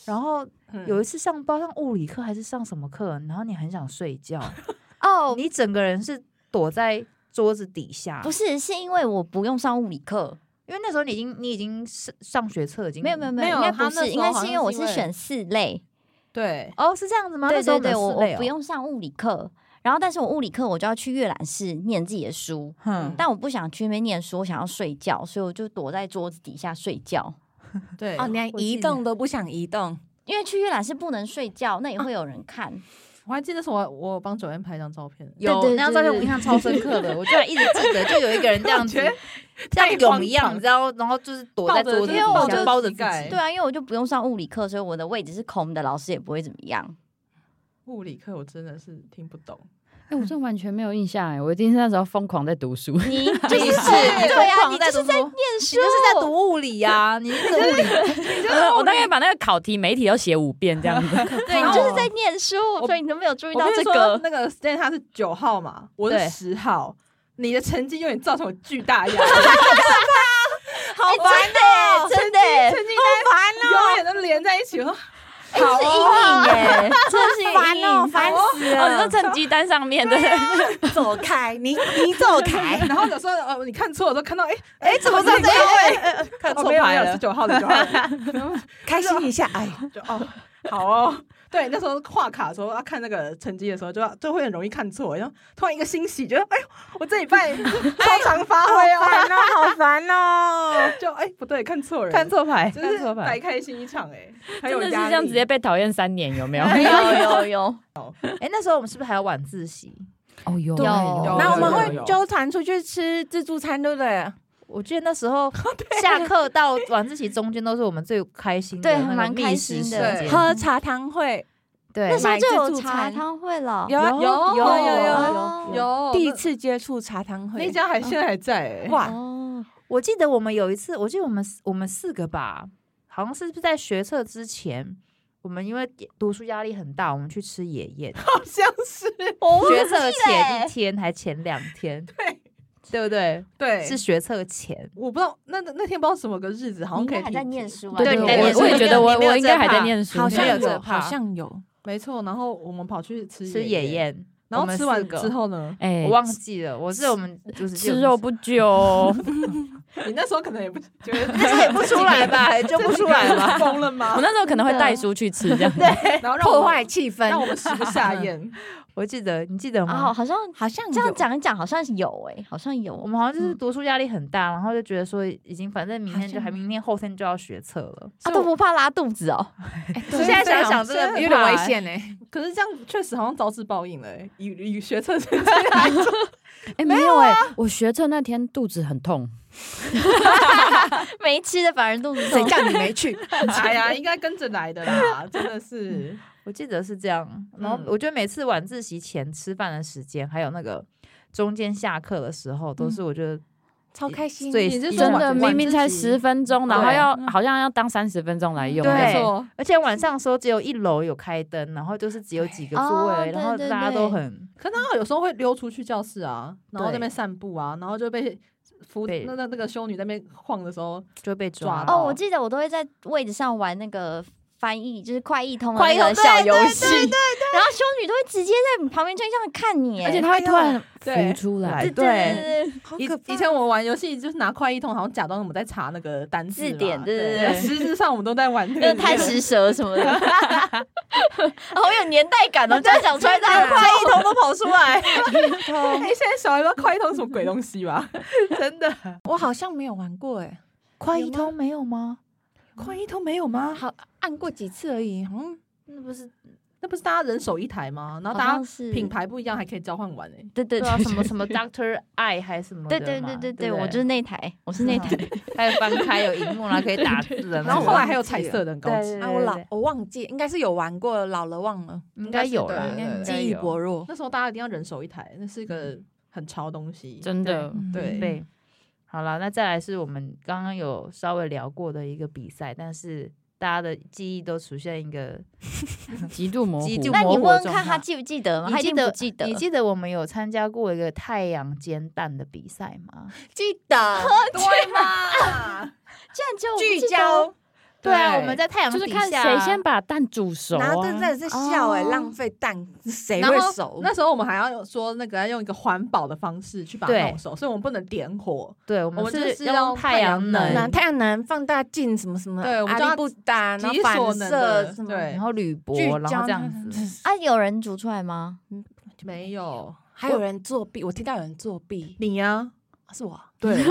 Speaker 6: 然后有
Speaker 1: 有
Speaker 6: 一
Speaker 4: 嗯
Speaker 6: 次上包上物理课还是上什么课，然后你很想睡觉，
Speaker 4: 哦，
Speaker 6: 你整个人是躲在桌子底下，
Speaker 4: 不是，是因为我不用上物理课，
Speaker 6: 因为那时候你已经你已经上上学测已经
Speaker 4: 没有没有
Speaker 1: 没有
Speaker 4: 有，应该
Speaker 1: 他
Speaker 4: 不
Speaker 1: 那
Speaker 4: 是，
Speaker 1: 时
Speaker 4: 应该
Speaker 1: 候好
Speaker 4: 是因为
Speaker 1: 像
Speaker 4: 我
Speaker 1: 是
Speaker 4: 是
Speaker 1: 因为
Speaker 4: 选四类，
Speaker 1: 对
Speaker 6: 哦是这样子吗？
Speaker 4: 对
Speaker 6: 那时候
Speaker 4: 对
Speaker 6: 没
Speaker 4: 对，
Speaker 6: 有
Speaker 4: 我
Speaker 6: 室内
Speaker 4: 我
Speaker 6: 哦
Speaker 4: 不，用上物理课，然后但是我物理课我就要去阅览室念自己的书，
Speaker 1: 嗯
Speaker 6: 哼
Speaker 4: 但我不想去那边念书，我想要睡觉，所以我就躲在桌子底下睡觉。
Speaker 1: 对
Speaker 3: 哦，你连
Speaker 1: 我记
Speaker 3: 移动都不想移动，
Speaker 4: 因为去阅览室不能睡觉，那也会有人看。
Speaker 1: 我还记得是我我帮九燕拍一张照片，
Speaker 6: 有
Speaker 4: 对对
Speaker 6: 那张照片
Speaker 4: 对
Speaker 6: 我印象超深刻的，我居然一直记得，就有一个人这 样子，像
Speaker 1: 太
Speaker 6: 蛹
Speaker 1: 荒
Speaker 6: 一样，
Speaker 1: 唐
Speaker 6: 然后然后就是躲在
Speaker 1: 抱着
Speaker 6: 桌子底
Speaker 4: 因为我
Speaker 6: 下
Speaker 4: 就
Speaker 6: 包着
Speaker 1: 膝
Speaker 6: 自己，
Speaker 1: 盖
Speaker 4: 对啊，因为我就不用上物理课，所以我的位置是空的，老师也不会怎么样。
Speaker 1: 物理课我真的是听不懂，
Speaker 2: 哎，我真的完全没有印象哎，我一定是那时候疯狂在读书。
Speaker 4: 你就是
Speaker 6: 是你
Speaker 4: 对
Speaker 6: 疯
Speaker 4: 啊，
Speaker 6: 狂
Speaker 4: 你
Speaker 6: 在
Speaker 4: 就是
Speaker 6: 读书，
Speaker 4: 念
Speaker 6: 你
Speaker 4: 书，
Speaker 6: 就是在读物理呀，你是物理
Speaker 2: 我大概把那个考题每一题都写五遍这样子。
Speaker 4: 对，你就是在念书，
Speaker 1: 我
Speaker 4: 所以你都没有注意
Speaker 1: 我
Speaker 4: 到
Speaker 1: 跟你说
Speaker 4: 这个。
Speaker 1: 那个 Stan 他是九号嘛，我是
Speaker 6: 对
Speaker 1: 十号，你的成绩永远造成我巨大压 力，
Speaker 4: 好烦的，哎真的耶，
Speaker 1: 成绩单永远都连在一起，哦我说
Speaker 4: 哎这是阴影耶，真的是一个阴影，
Speaker 3: 烦哦
Speaker 4: 死
Speaker 2: 哦，你说成绩单上面的，
Speaker 3: 啊走开，你你走 开，
Speaker 1: 然后有时候呃，你看错的时候看到，哎、
Speaker 3: 哎，怎么在这位？
Speaker 1: 看
Speaker 6: 错牌了
Speaker 1: 是九号的九号的，
Speaker 3: 开心一下，哎，
Speaker 1: 就哦，好哦。对，那时候画卡的时候，要看那个成绩的时候，就要就会很容易看错，然后突然一个欣喜，觉得哎呦，我这礼拜超常发挥哦，
Speaker 3: 哦，好烦哦。
Speaker 1: 就哎不对，看错人，
Speaker 6: 看，错牌，
Speaker 1: 就
Speaker 6: 看
Speaker 1: 是
Speaker 6: 错
Speaker 1: 白
Speaker 6: 牌。
Speaker 1: 开心一场哎、还
Speaker 2: 真
Speaker 1: 有
Speaker 2: 的是
Speaker 1: 压
Speaker 2: 这样
Speaker 1: 力
Speaker 2: 直接被讨厌三年，有没有？
Speaker 4: 有有有，
Speaker 6: 哎，那时候我们是不是还要晚自习？
Speaker 2: 哦，有
Speaker 4: 有有
Speaker 3: 然后我
Speaker 1: 有
Speaker 3: 们
Speaker 1: 有
Speaker 3: 会
Speaker 1: 有
Speaker 3: 纠团出去吃自助餐，对不对？
Speaker 6: 我记得那时候
Speaker 4: 哦
Speaker 6: 下课到晚自习中间都是我们最开心的
Speaker 4: 对
Speaker 6: 那个
Speaker 4: 蛮开
Speaker 6: 觅食
Speaker 4: 心
Speaker 6: 时
Speaker 4: 的
Speaker 6: 间
Speaker 1: 对
Speaker 3: 喝茶堂会，
Speaker 6: 对
Speaker 4: 那时候就
Speaker 3: 买自
Speaker 4: 有
Speaker 3: 助
Speaker 4: 茶
Speaker 3: 餐
Speaker 4: 汤会了，哦
Speaker 3: 有啊有
Speaker 1: 有
Speaker 3: 有有
Speaker 4: 有
Speaker 1: 有有
Speaker 3: 第一次接触茶堂
Speaker 1: 那
Speaker 3: 会
Speaker 1: 那，家还现在还在哎、
Speaker 3: 哇，
Speaker 4: 哦，
Speaker 6: 我记得我们有一次，我记得我们四我们四个吧，好像是不是在学测之前，我们因为读书压力很大，我们去吃野宴。
Speaker 1: 好像是哦
Speaker 6: 学测前
Speaker 4: 欸
Speaker 6: 一天还前两天，
Speaker 1: 对
Speaker 6: 对不对？
Speaker 1: 对，
Speaker 6: 是学测前。
Speaker 1: 我不知道那那天不知道什么个日子，好像
Speaker 4: 你应
Speaker 1: 可以
Speaker 4: 该还在
Speaker 1: 提
Speaker 4: 念
Speaker 1: 及
Speaker 4: 书啊，
Speaker 2: 对对，
Speaker 6: 对
Speaker 2: 我
Speaker 6: 你在念书
Speaker 2: 我也觉得我
Speaker 6: 你没有
Speaker 2: 我应该还
Speaker 6: 这怕
Speaker 2: 在念书，
Speaker 3: 好像
Speaker 6: 这
Speaker 3: 有，
Speaker 6: 怕
Speaker 3: 好像有。
Speaker 1: 没错，然后我们跑去吃
Speaker 6: 吃
Speaker 1: 野
Speaker 6: 野，宴，
Speaker 1: 然
Speaker 6: 我
Speaker 1: 后
Speaker 6: 们
Speaker 1: 吃完
Speaker 6: 四个
Speaker 1: 之后呢，
Speaker 2: 哎
Speaker 6: 我忘记了，我是我们就是
Speaker 2: 吃 肉不久，
Speaker 1: 你那时候可能也不 觉得
Speaker 4: 但是也不出 来吧，也就不出来吧。
Speaker 1: 疯了吗
Speaker 2: 我？那时候可能会带书去吃，这样对，
Speaker 1: 然后让我
Speaker 3: 破
Speaker 1: 们
Speaker 3: 坏气氛，
Speaker 1: 让我们食不下咽。
Speaker 6: 我记得，你记得吗？
Speaker 4: 啊，好像
Speaker 3: 好像
Speaker 4: 这
Speaker 3: 有
Speaker 4: 样讲一讲，好像有哎、好像
Speaker 6: 我
Speaker 4: 有。
Speaker 6: 们好像就是读书压力很大，然后就觉得说已经反正明天就还明天后天就要学测了。
Speaker 4: 啊，都不怕拉肚子哦，
Speaker 3: 对
Speaker 6: 现在
Speaker 3: 这样
Speaker 6: 想想真的
Speaker 3: 有
Speaker 6: 很
Speaker 3: 点
Speaker 6: 怕
Speaker 3: 危
Speaker 6: 欸
Speaker 3: 险哎。
Speaker 1: 可是这样确实好像招致报应了、欸，以以学测成绩
Speaker 2: 哎，没有哎，我学测那天肚子很痛，
Speaker 4: 没吃的反而肚子
Speaker 3: 谁
Speaker 4: 痛。
Speaker 3: 叫你没去？
Speaker 1: 哎呀，应该跟着来的啦，真的是。
Speaker 6: 我记得是这样，然后
Speaker 1: 嗯
Speaker 6: 我觉得每次晚自习前吃饭的时间，还有那个中间下课的时候，都是我觉得
Speaker 3: 超开心，
Speaker 6: 最
Speaker 1: 你是说
Speaker 2: 真
Speaker 1: 晚
Speaker 2: 的
Speaker 1: 晚
Speaker 2: 明明
Speaker 1: 自
Speaker 2: 才
Speaker 1: 习
Speaker 2: 十分钟，然后
Speaker 6: 对
Speaker 2: 要好像要当三十分钟来用，
Speaker 6: 对
Speaker 2: 没错
Speaker 6: 错而且晚上的时候只有一楼有开灯，然后就是只有几个座位而已，
Speaker 4: 哦
Speaker 6: 然后
Speaker 4: 对对
Speaker 6: 大家
Speaker 4: 对
Speaker 6: 都很
Speaker 1: 可是他有时候会溜出去教室啊，然后在那边散步啊，然后就被扶
Speaker 6: 被
Speaker 1: 那那那个修女在那边晃的时候，
Speaker 6: 就被
Speaker 1: 抓
Speaker 6: 抓到。
Speaker 4: 哦，我记得我都会在位置上玩那个翻译，就是快译通的
Speaker 2: 快
Speaker 4: 那
Speaker 2: 译通
Speaker 4: 个小游戏，
Speaker 2: 对对
Speaker 4: 然后修女都会直接在你旁边就这样看你欸，
Speaker 2: 而且它会突然
Speaker 1: 对
Speaker 2: 浮出来
Speaker 6: 对，
Speaker 4: 对对对对
Speaker 1: 以以前我们玩游戏就是拿快一通，好像假装我们在查那个单 词嘛
Speaker 4: 字典对对
Speaker 1: 对
Speaker 4: 对
Speaker 1: 实质上我们都在 玩那
Speaker 4: 那
Speaker 1: 个
Speaker 4: 个太食蛇什么的， 哦好有年代感 哦，这样讲出来，大家快译通都跑出来。
Speaker 1: 哎、现在小孩不知道快一通是什么鬼东西吧？真的，
Speaker 3: 我好像没有玩过哎，
Speaker 6: 快
Speaker 3: 有
Speaker 6: 一
Speaker 3: 吗
Speaker 6: 通没有吗？
Speaker 1: 快一通没有吗？
Speaker 3: 好按过几次而已，嗯，
Speaker 4: 那不是，
Speaker 1: 那不是大家人手一台吗？然后
Speaker 4: 好
Speaker 1: 大
Speaker 4: 像
Speaker 1: 家
Speaker 4: 是
Speaker 1: 品牌不一样，还可以交换玩哎、
Speaker 4: 对对
Speaker 6: 对啊，什么什 么 Doctor I 还是什么的
Speaker 4: 对
Speaker 6: 嘛？
Speaker 4: 对对对对，
Speaker 6: 不
Speaker 4: 我就是那台，我是那台。
Speaker 6: 还有翻开有荧幕啦，可以打字的那种。
Speaker 1: 然后后来还有彩色的，很高级。
Speaker 6: 对
Speaker 3: 啊，我老我忘记，应该是有玩过，老了忘了，
Speaker 6: 应该有啦，
Speaker 3: 应该
Speaker 6: 应该
Speaker 3: 记忆
Speaker 6: 有
Speaker 3: 薄弱。
Speaker 1: 那时候大家一定要人手一台，那是一个很潮的东西。
Speaker 2: 真的。
Speaker 3: 嗯
Speaker 1: 对
Speaker 6: 对，好了，那再来是我们刚刚有稍微聊过的一个比赛，但是大家的记忆都出现一个，
Speaker 2: 极度模糊。
Speaker 6: 极度
Speaker 4: 那你
Speaker 6: 模糊
Speaker 4: 问
Speaker 6: 的
Speaker 4: 看
Speaker 6: 状
Speaker 4: 他
Speaker 6: 态
Speaker 4: 记不记得吗？
Speaker 6: 你
Speaker 4: 他一
Speaker 6: 记
Speaker 4: 定不
Speaker 6: 得
Speaker 4: 记得。
Speaker 6: 你记得我们有参加过一个太阳煎蛋的比赛吗？
Speaker 3: 记 得
Speaker 1: 对嘛？
Speaker 4: 居然只有我不记
Speaker 3: 聚
Speaker 4: 得
Speaker 3: 焦，，
Speaker 6: 对啊，
Speaker 2: 对
Speaker 6: 我们在太阳
Speaker 2: 就是
Speaker 6: 底
Speaker 2: 看
Speaker 6: 下
Speaker 2: 谁
Speaker 6: 啊
Speaker 2: 先把蛋煮熟
Speaker 3: 然
Speaker 2: 啊
Speaker 3: 后！真的是笑哎，
Speaker 4: 哦
Speaker 3: 浪费蛋，谁
Speaker 1: 然
Speaker 3: 会
Speaker 1: 后
Speaker 3: 熟？
Speaker 1: 那时候我们还要有说那个要用一个环保的方式去把它
Speaker 6: 对
Speaker 1: 弄熟，所以我们不能点火。
Speaker 6: 对，我
Speaker 1: 我
Speaker 6: 们
Speaker 1: 们就是
Speaker 6: 是要
Speaker 1: 要
Speaker 6: 用
Speaker 1: 太
Speaker 6: 太
Speaker 1: 阳
Speaker 6: 阳
Speaker 1: 能
Speaker 3: 那
Speaker 6: 能，
Speaker 3: 太阳能放大镜什么什么，
Speaker 1: 对我们
Speaker 3: 阿
Speaker 1: 就要
Speaker 3: 力不达，然后
Speaker 1: 极
Speaker 3: 反
Speaker 1: 所能
Speaker 3: 射
Speaker 1: 的
Speaker 3: 什么，
Speaker 1: 对
Speaker 6: 然后铝箔，
Speaker 3: 聚
Speaker 6: 然
Speaker 3: 焦
Speaker 6: 后这样
Speaker 3: 那
Speaker 6: 子。
Speaker 4: 啊，有人煮出来吗？
Speaker 1: 没有
Speaker 3: 还有人作弊，我听到有人作弊，
Speaker 1: 你啊 呀，
Speaker 3: 是我。
Speaker 1: 对
Speaker 2: 你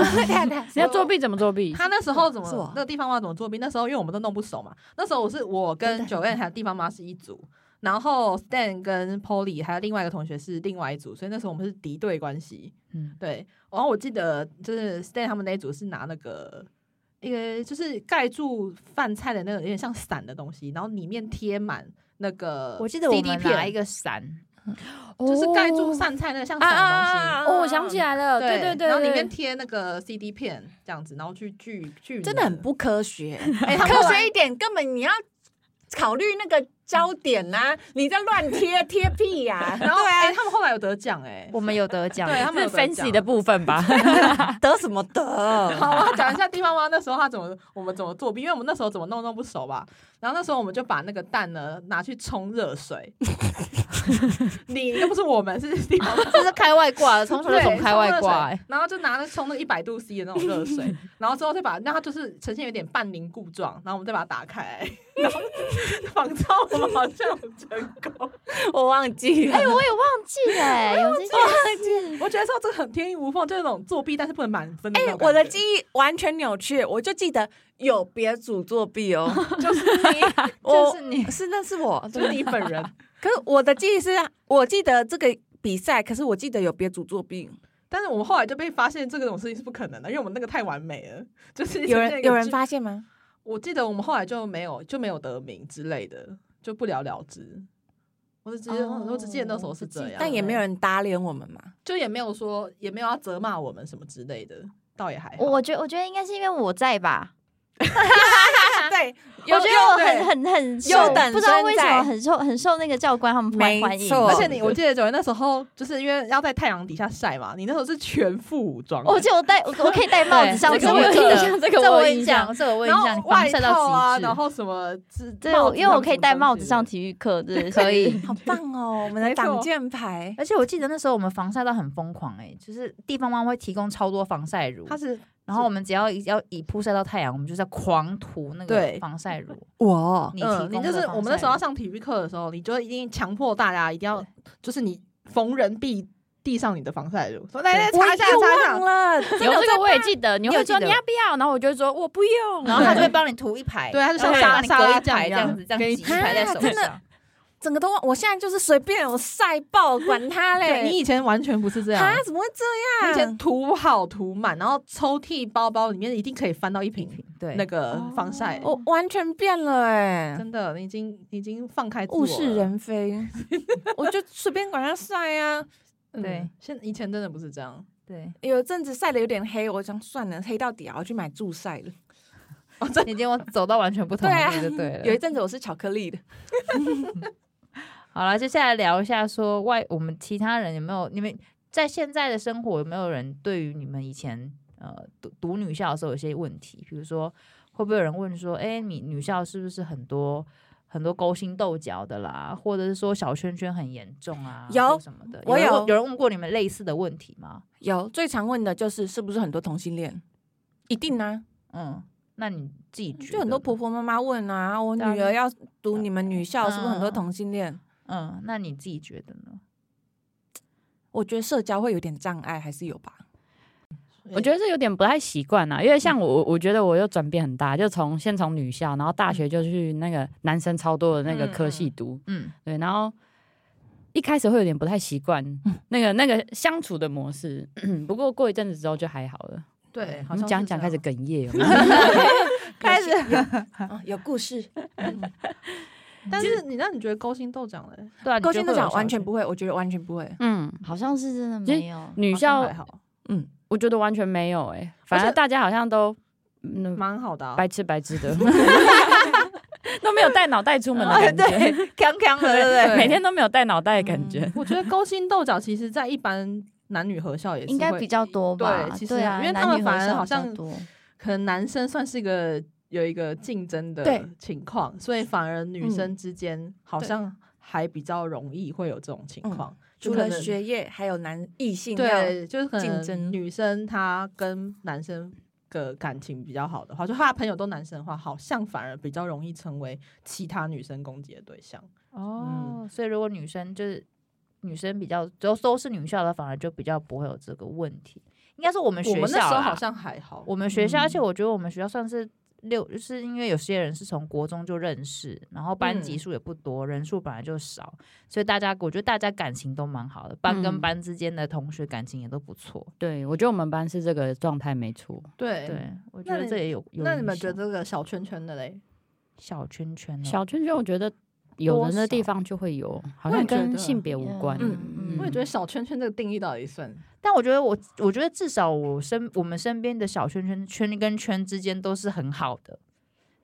Speaker 2: 要作弊怎么作弊？
Speaker 1: 他那时候怎么
Speaker 3: 是我
Speaker 1: 那个地方妈怎么作弊？那时候因为我们都弄不熟嘛，那时候我是我跟九
Speaker 6: 嗯
Speaker 1: 燕还有地方妈是一组，然后 Stan 跟 Polly 还有另外一个同学是另外一组，所以那时候我们是敌对关系。
Speaker 6: 嗯，
Speaker 1: 对，然后我记得就是 Stan 他们那一组是拿那个一个就是盖住饭菜的那个有点像伞的东西，然后里面贴满那个
Speaker 6: 我记得我
Speaker 1: CD
Speaker 6: 们拿
Speaker 1: 片，
Speaker 6: 一个啊伞，
Speaker 1: 就是盖住
Speaker 2: 哦
Speaker 1: 饭菜那个
Speaker 3: 啊
Speaker 1: 像伞的东西。
Speaker 2: 哦，我想起来
Speaker 6: 啊
Speaker 2: 了，对对对，
Speaker 1: 然后里
Speaker 2: 对
Speaker 1: 面贴那个 CD 片这样子，然后去聚聚，
Speaker 3: 真的很不科 学。
Speaker 1: 哎他们
Speaker 3: 科学一点，根本你要考虑那个焦点啦、你在乱贴贴屁 呀、
Speaker 1: 然后哎、他们后来有得奖哎、
Speaker 6: 我们有得奖，欸
Speaker 1: 对他们有
Speaker 2: 是
Speaker 1: 得奖
Speaker 2: fancy 的。部分吧？
Speaker 3: 哎 得什么得？
Speaker 1: 好，我要讲一下地方妈那时候她怎么我们怎么作弊，因为我们那时候怎么弄弄不熟吧。然后那时候我们就把那个蛋呢拿去冲热水， 你又不是我们是地 方妈
Speaker 6: 这是开外挂的，从小就
Speaker 1: 对
Speaker 6: 总开外挂、
Speaker 1: 冲热
Speaker 6: 欸
Speaker 1: 水。然后就拿那冲那一百度 C 的那种热水，然后之后再把那它就是呈现有点半凝固状，然后我们再把它打开，然后 仿照我们好像 有成功。
Speaker 3: 我忘记了。
Speaker 4: 哎，我也忘记了欸，有这件事。
Speaker 1: 我觉得说这个很天衣无缝，就是那种作弊但是不能满分的那
Speaker 3: 哎、
Speaker 1: 种感觉。
Speaker 3: 我的记忆完全扭曲，我就记得有别组作弊 哦，就是你，我
Speaker 6: 就是 你
Speaker 3: 哦是那是我，
Speaker 1: 就是你本人，
Speaker 3: 可是我的记忆是，啊我记得这个比赛，可是我记得有别组作弊，
Speaker 1: 但是我们后来就被发现这种事情是不可能的，因为我们那个太完美了，就是
Speaker 3: 有
Speaker 1: 呈现一
Speaker 3: 人
Speaker 1: 个
Speaker 3: 有人
Speaker 1: 剧，
Speaker 3: 发现吗？
Speaker 1: 我记得我们后来就没有就没有得名之类的，就不了了之。我只记得、
Speaker 4: 哦
Speaker 1: 我只记得那时候是这样，啊
Speaker 3: 但也没有人打脸我们嘛。
Speaker 1: 就也没有说也没有要责骂我们什么之类的，倒也还好。
Speaker 4: 我我觉得我觉得应该是因为我在吧，
Speaker 3: 啊对，
Speaker 4: 我觉得我很
Speaker 3: 很
Speaker 4: 很很
Speaker 3: 幼
Speaker 4: 受
Speaker 3: 等
Speaker 4: 不知道
Speaker 3: 生
Speaker 4: 为什
Speaker 3: 在
Speaker 4: 么很受很受那个教官他们欢
Speaker 3: 没
Speaker 4: 欢迎，
Speaker 3: 错
Speaker 1: 而且你，我记得九月那时候，就是因为要在太阳底下晒嘛，你那时候是全副武装的，
Speaker 4: 我记得我戴我我可以戴帽子上
Speaker 2: 这
Speaker 4: 去，
Speaker 2: 个我有
Speaker 4: 记
Speaker 2: 印
Speaker 4: 得
Speaker 2: 象，这个
Speaker 6: 这
Speaker 2: 我
Speaker 6: 我
Speaker 2: 有
Speaker 6: 有
Speaker 2: 印
Speaker 6: 印
Speaker 2: 象，
Speaker 6: 象
Speaker 2: 这个我有
Speaker 1: 然
Speaker 2: 印
Speaker 1: 后
Speaker 2: 象，你把
Speaker 1: 外
Speaker 2: 晒到
Speaker 1: 套啊，
Speaker 2: 极
Speaker 1: 然
Speaker 2: 致。
Speaker 1: 后什么之，
Speaker 4: 对，
Speaker 1: 帽
Speaker 4: 我
Speaker 1: 子
Speaker 4: 因为我
Speaker 1: 上
Speaker 4: 可以
Speaker 1: 什么
Speaker 4: 戴
Speaker 1: 东
Speaker 4: 帽
Speaker 1: 西
Speaker 4: 子
Speaker 1: 的
Speaker 4: 上体育课，对，
Speaker 2: 可 以，
Speaker 3: 好棒哦，我们的
Speaker 1: 没错
Speaker 3: 挡箭牌。
Speaker 6: 而且我记得那时候我们防晒到很疯狂哎、就是地方妈妈会提供超多防晒乳，
Speaker 1: 它是
Speaker 6: 然后我们只要一要以曝晒到太阳，我们就是要狂涂那个
Speaker 1: 对
Speaker 6: 防晒乳。
Speaker 3: 我
Speaker 6: 你提
Speaker 1: 嗯，
Speaker 6: 供
Speaker 1: 你
Speaker 6: 的
Speaker 1: 就是
Speaker 6: 防
Speaker 1: 我们那
Speaker 6: 晒
Speaker 1: 时候要
Speaker 6: 乳
Speaker 1: 上体育课的时候，你就一定强迫大家一定要，就是你逢人必递上你的防晒乳，说来来
Speaker 3: 我
Speaker 1: 擦一下擦
Speaker 3: 又忘
Speaker 1: 一下，
Speaker 3: 了，
Speaker 2: 有这个我也记得，你
Speaker 6: 你
Speaker 2: 会
Speaker 6: 有记
Speaker 2: 说你
Speaker 6: 得
Speaker 2: 要不要，然后我就会说我不用，
Speaker 6: 然后他就会帮你涂一排，
Speaker 1: 对它啊就像
Speaker 6: 然后
Speaker 1: 沙
Speaker 6: 帮你
Speaker 1: 沙
Speaker 6: 隔
Speaker 1: 拉
Speaker 6: 一
Speaker 1: 酱
Speaker 6: 排
Speaker 1: 一
Speaker 6: 这
Speaker 1: 样
Speaker 6: 样子，这样
Speaker 1: 给你
Speaker 6: 挤一 排在
Speaker 3: 啊
Speaker 6: 手
Speaker 3: 真的
Speaker 6: 上。
Speaker 3: 整个都忘。我现在就是随便我晒爆，管他
Speaker 1: 对
Speaker 3: 嘞。
Speaker 1: 你以前完全不是这样
Speaker 3: 啊，，怎么会
Speaker 1: 你以
Speaker 3: 这
Speaker 1: 前
Speaker 3: 样？
Speaker 1: 涂好涂满，然后抽屉包包里面一定可以翻到一瓶
Speaker 6: 对，
Speaker 1: 那个防晒，
Speaker 3: 我完全变了哎、
Speaker 1: 真的，你已经你已经放开自我
Speaker 3: 物是
Speaker 1: 了，
Speaker 3: 人非， 我就随便管他晒啊。
Speaker 1: 嗯
Speaker 6: 对，
Speaker 1: 现以前真的不是这样，
Speaker 6: 对，
Speaker 3: 有一阵子晒的有点黑，我想算了，黑到底啊，我去买助晒 了。
Speaker 6: 你跟我走到完全不同
Speaker 1: 啊
Speaker 6: 的路就对 了。
Speaker 3: 有一阵子我是巧克力的，
Speaker 6: 好了，接下来聊一下说外我们其他人有没有你们在现在的生活有没有人对于你们以前呃读读女校的时候有些问题，比如说会不会有人问说，哎、你女校是不是很多很多勾心斗角的啦，或者是说小圈圈很严重啊，
Speaker 3: 有
Speaker 6: 或什么的？
Speaker 3: 我
Speaker 6: 有人问
Speaker 3: 有
Speaker 6: 有人问过你们类似的问题吗？
Speaker 3: 有最常问的就是是不是很多同性恋？一定啊，
Speaker 6: 嗯，那你自己觉
Speaker 3: 嗯
Speaker 6: 得
Speaker 3: 就很多
Speaker 6: 呢
Speaker 3: 婆婆妈妈问啊，我女
Speaker 6: 当
Speaker 3: 儿要读你们女校，是不是很多
Speaker 6: 嗯
Speaker 3: 同性恋？
Speaker 6: 嗯，那你自己觉得呢？
Speaker 3: 我觉得社交会有点障碍，还是有吧。
Speaker 1: 嗯
Speaker 2: 我觉得这有点不太习惯啊啦，因为像我，我觉得我又转变很大，就从先从女校，然后大学就去那个男生超多的那个科系读，
Speaker 6: 嗯，
Speaker 2: 对，然后一开始会有点不太习惯那个那个相处的模式，不过过一阵子之后就还好了。
Speaker 1: 对，好
Speaker 2: 我
Speaker 1: 像
Speaker 2: 们
Speaker 1: 是
Speaker 2: 嗯讲一
Speaker 1: 这
Speaker 2: 讲开
Speaker 1: 样
Speaker 2: 始哽咽有没有，
Speaker 1: 开始
Speaker 3: 啊，有故事。
Speaker 1: 但是你那你觉得勾心斗角嘞？
Speaker 6: 对啊，
Speaker 3: 勾心斗角完全
Speaker 6: 不
Speaker 3: 不会，我觉得完全不会。
Speaker 2: 嗯，
Speaker 4: 好像是真的
Speaker 2: 其实
Speaker 4: 没有。
Speaker 2: 女
Speaker 1: 好像
Speaker 2: 校
Speaker 1: 还好，
Speaker 3: 嗯，
Speaker 2: 我觉得完全没有哎、反正大家好像都嗯
Speaker 1: 蛮好的啊。
Speaker 2: 白痴白痴的，都没有带脑袋出门的感觉，
Speaker 4: 对，康康的，对不对？
Speaker 2: 每天都没有带脑袋的感觉。
Speaker 1: 我觉得勾心斗角其实，在一般男女合校也是
Speaker 4: 应该
Speaker 1: 会
Speaker 4: 比较多吧？
Speaker 1: 对其实
Speaker 4: 对啊，
Speaker 1: 因为他
Speaker 4: 男
Speaker 1: 们
Speaker 4: 女
Speaker 1: 反
Speaker 4: 合
Speaker 1: 而
Speaker 4: 校
Speaker 1: 好
Speaker 4: 比较
Speaker 1: 像
Speaker 4: 多。
Speaker 1: 可能男生算是一个有一个竞争的
Speaker 3: 对嗯
Speaker 1: 情况，所以反而女生之间好
Speaker 3: 对嗯
Speaker 1: 像还比较容易会有这种情况，就
Speaker 3: 除
Speaker 1: 可
Speaker 3: 了
Speaker 1: 能
Speaker 3: 学业，还有男异性要
Speaker 1: 对，就是可
Speaker 3: 竞
Speaker 1: 能
Speaker 3: 争
Speaker 1: 女生她跟男生。的感情比较好的话，就她的朋友都男生的话，好像反而比较容易成为其他女生攻击的对象。嗯
Speaker 6: 哦，所以如果女生就是女生比较都都是女校的，反而就比较不会有这个问题。应该说我们学
Speaker 1: 我
Speaker 6: 校
Speaker 1: 们那时候
Speaker 6: 啦
Speaker 1: 好像还好，
Speaker 6: 我们学
Speaker 3: 嗯
Speaker 6: 校，而且我觉得我们学校算是六，就是因为有些人是从国中就认识，然后班级
Speaker 1: 嗯
Speaker 6: 数也不多，人数本来就少，所以大家我觉得大家感情都蛮好的，班跟
Speaker 2: 嗯
Speaker 6: 班之间的同学感情也都不错。
Speaker 2: 对，我觉得我们班是这个状态没错。
Speaker 1: 对
Speaker 6: 对，我觉
Speaker 1: 哎那
Speaker 6: 得
Speaker 1: 你
Speaker 6: 这也有有
Speaker 1: 那
Speaker 6: 影
Speaker 1: 你们觉
Speaker 6: 响
Speaker 1: 得这个小圈圈的嘞？
Speaker 6: 小圈圈哦呢？
Speaker 2: 小圈圈，我觉得有人的地方就会有，好
Speaker 1: 我
Speaker 2: 像
Speaker 1: 也觉
Speaker 2: 跟
Speaker 1: 得
Speaker 2: 性别无关。
Speaker 3: 嗯
Speaker 2: 嗯
Speaker 1: 我也觉得小圈圈这个定义到底算
Speaker 6: 但我觉得我，我觉得至少我身我们身边的小圈圈圈跟圈之间都是很好的，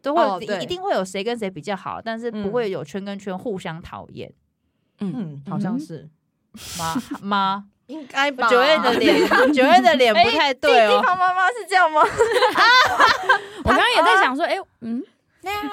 Speaker 6: 都会、
Speaker 1: 哦
Speaker 6: 一
Speaker 1: 对
Speaker 6: 一定会有谁跟谁比较好，但是不
Speaker 1: 嗯
Speaker 6: 会有圈跟圈互相讨厌。
Speaker 1: 嗯，好像
Speaker 2: 嗯
Speaker 1: 是
Speaker 6: 妈妈，
Speaker 1: 应该吧
Speaker 6: 九月的脸，啊九月的脸
Speaker 2: 哎
Speaker 6: 不太对
Speaker 4: 地
Speaker 6: 哦。
Speaker 4: 方妈妈是这 样吗？
Speaker 2: 我刚刚也
Speaker 4: 啊
Speaker 2: 在想说，哎， 嗯，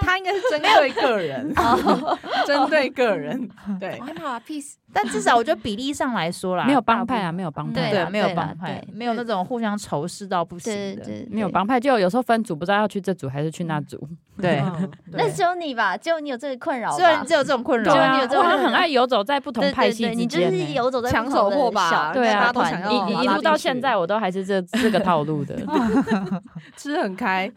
Speaker 1: 他应该是针对个 人，
Speaker 4: 哦
Speaker 1: 针对个 人，对，
Speaker 3: 很好啊，peace。
Speaker 6: 但至少我觉得比例上来说啦，
Speaker 2: 没有
Speaker 6: 大
Speaker 2: 帮
Speaker 6: 部
Speaker 2: 派啊，没有帮
Speaker 4: 对
Speaker 2: 派，
Speaker 6: 对
Speaker 4: 啦
Speaker 6: 没有
Speaker 4: 对啦
Speaker 6: 帮派，
Speaker 4: 对
Speaker 6: 没有那种互相仇视到不行
Speaker 4: 对
Speaker 6: 的。
Speaker 4: 对，
Speaker 2: 没有
Speaker 4: 对。
Speaker 2: 帮派，就有时候分组不知道要去这组还是去那组。
Speaker 6: 对
Speaker 1: 嗯
Speaker 4: 那只有你吧，只有你有这个困扰吧。
Speaker 6: 虽然只有这种困扰
Speaker 4: 对
Speaker 6: 啊，
Speaker 4: 啊
Speaker 2: 我
Speaker 4: 这种
Speaker 2: 好像很爱游走在不同
Speaker 4: 对
Speaker 2: 派
Speaker 4: 对
Speaker 2: 系
Speaker 4: 对，
Speaker 2: 之
Speaker 4: 你就
Speaker 2: 间
Speaker 4: 是
Speaker 2: 欸。
Speaker 4: 游走在不
Speaker 1: 抢
Speaker 4: 同
Speaker 1: 手
Speaker 4: 的
Speaker 1: 货吧
Speaker 4: 小
Speaker 2: 对啊大家
Speaker 4: 小
Speaker 1: 都
Speaker 4: 团
Speaker 1: 想要
Speaker 2: 一
Speaker 4: 体
Speaker 1: 把它
Speaker 2: 一
Speaker 1: 拉
Speaker 2: 路
Speaker 1: 进
Speaker 2: 到
Speaker 1: 去
Speaker 2: 现在，我都还是这这个套路的。
Speaker 1: 吃很开，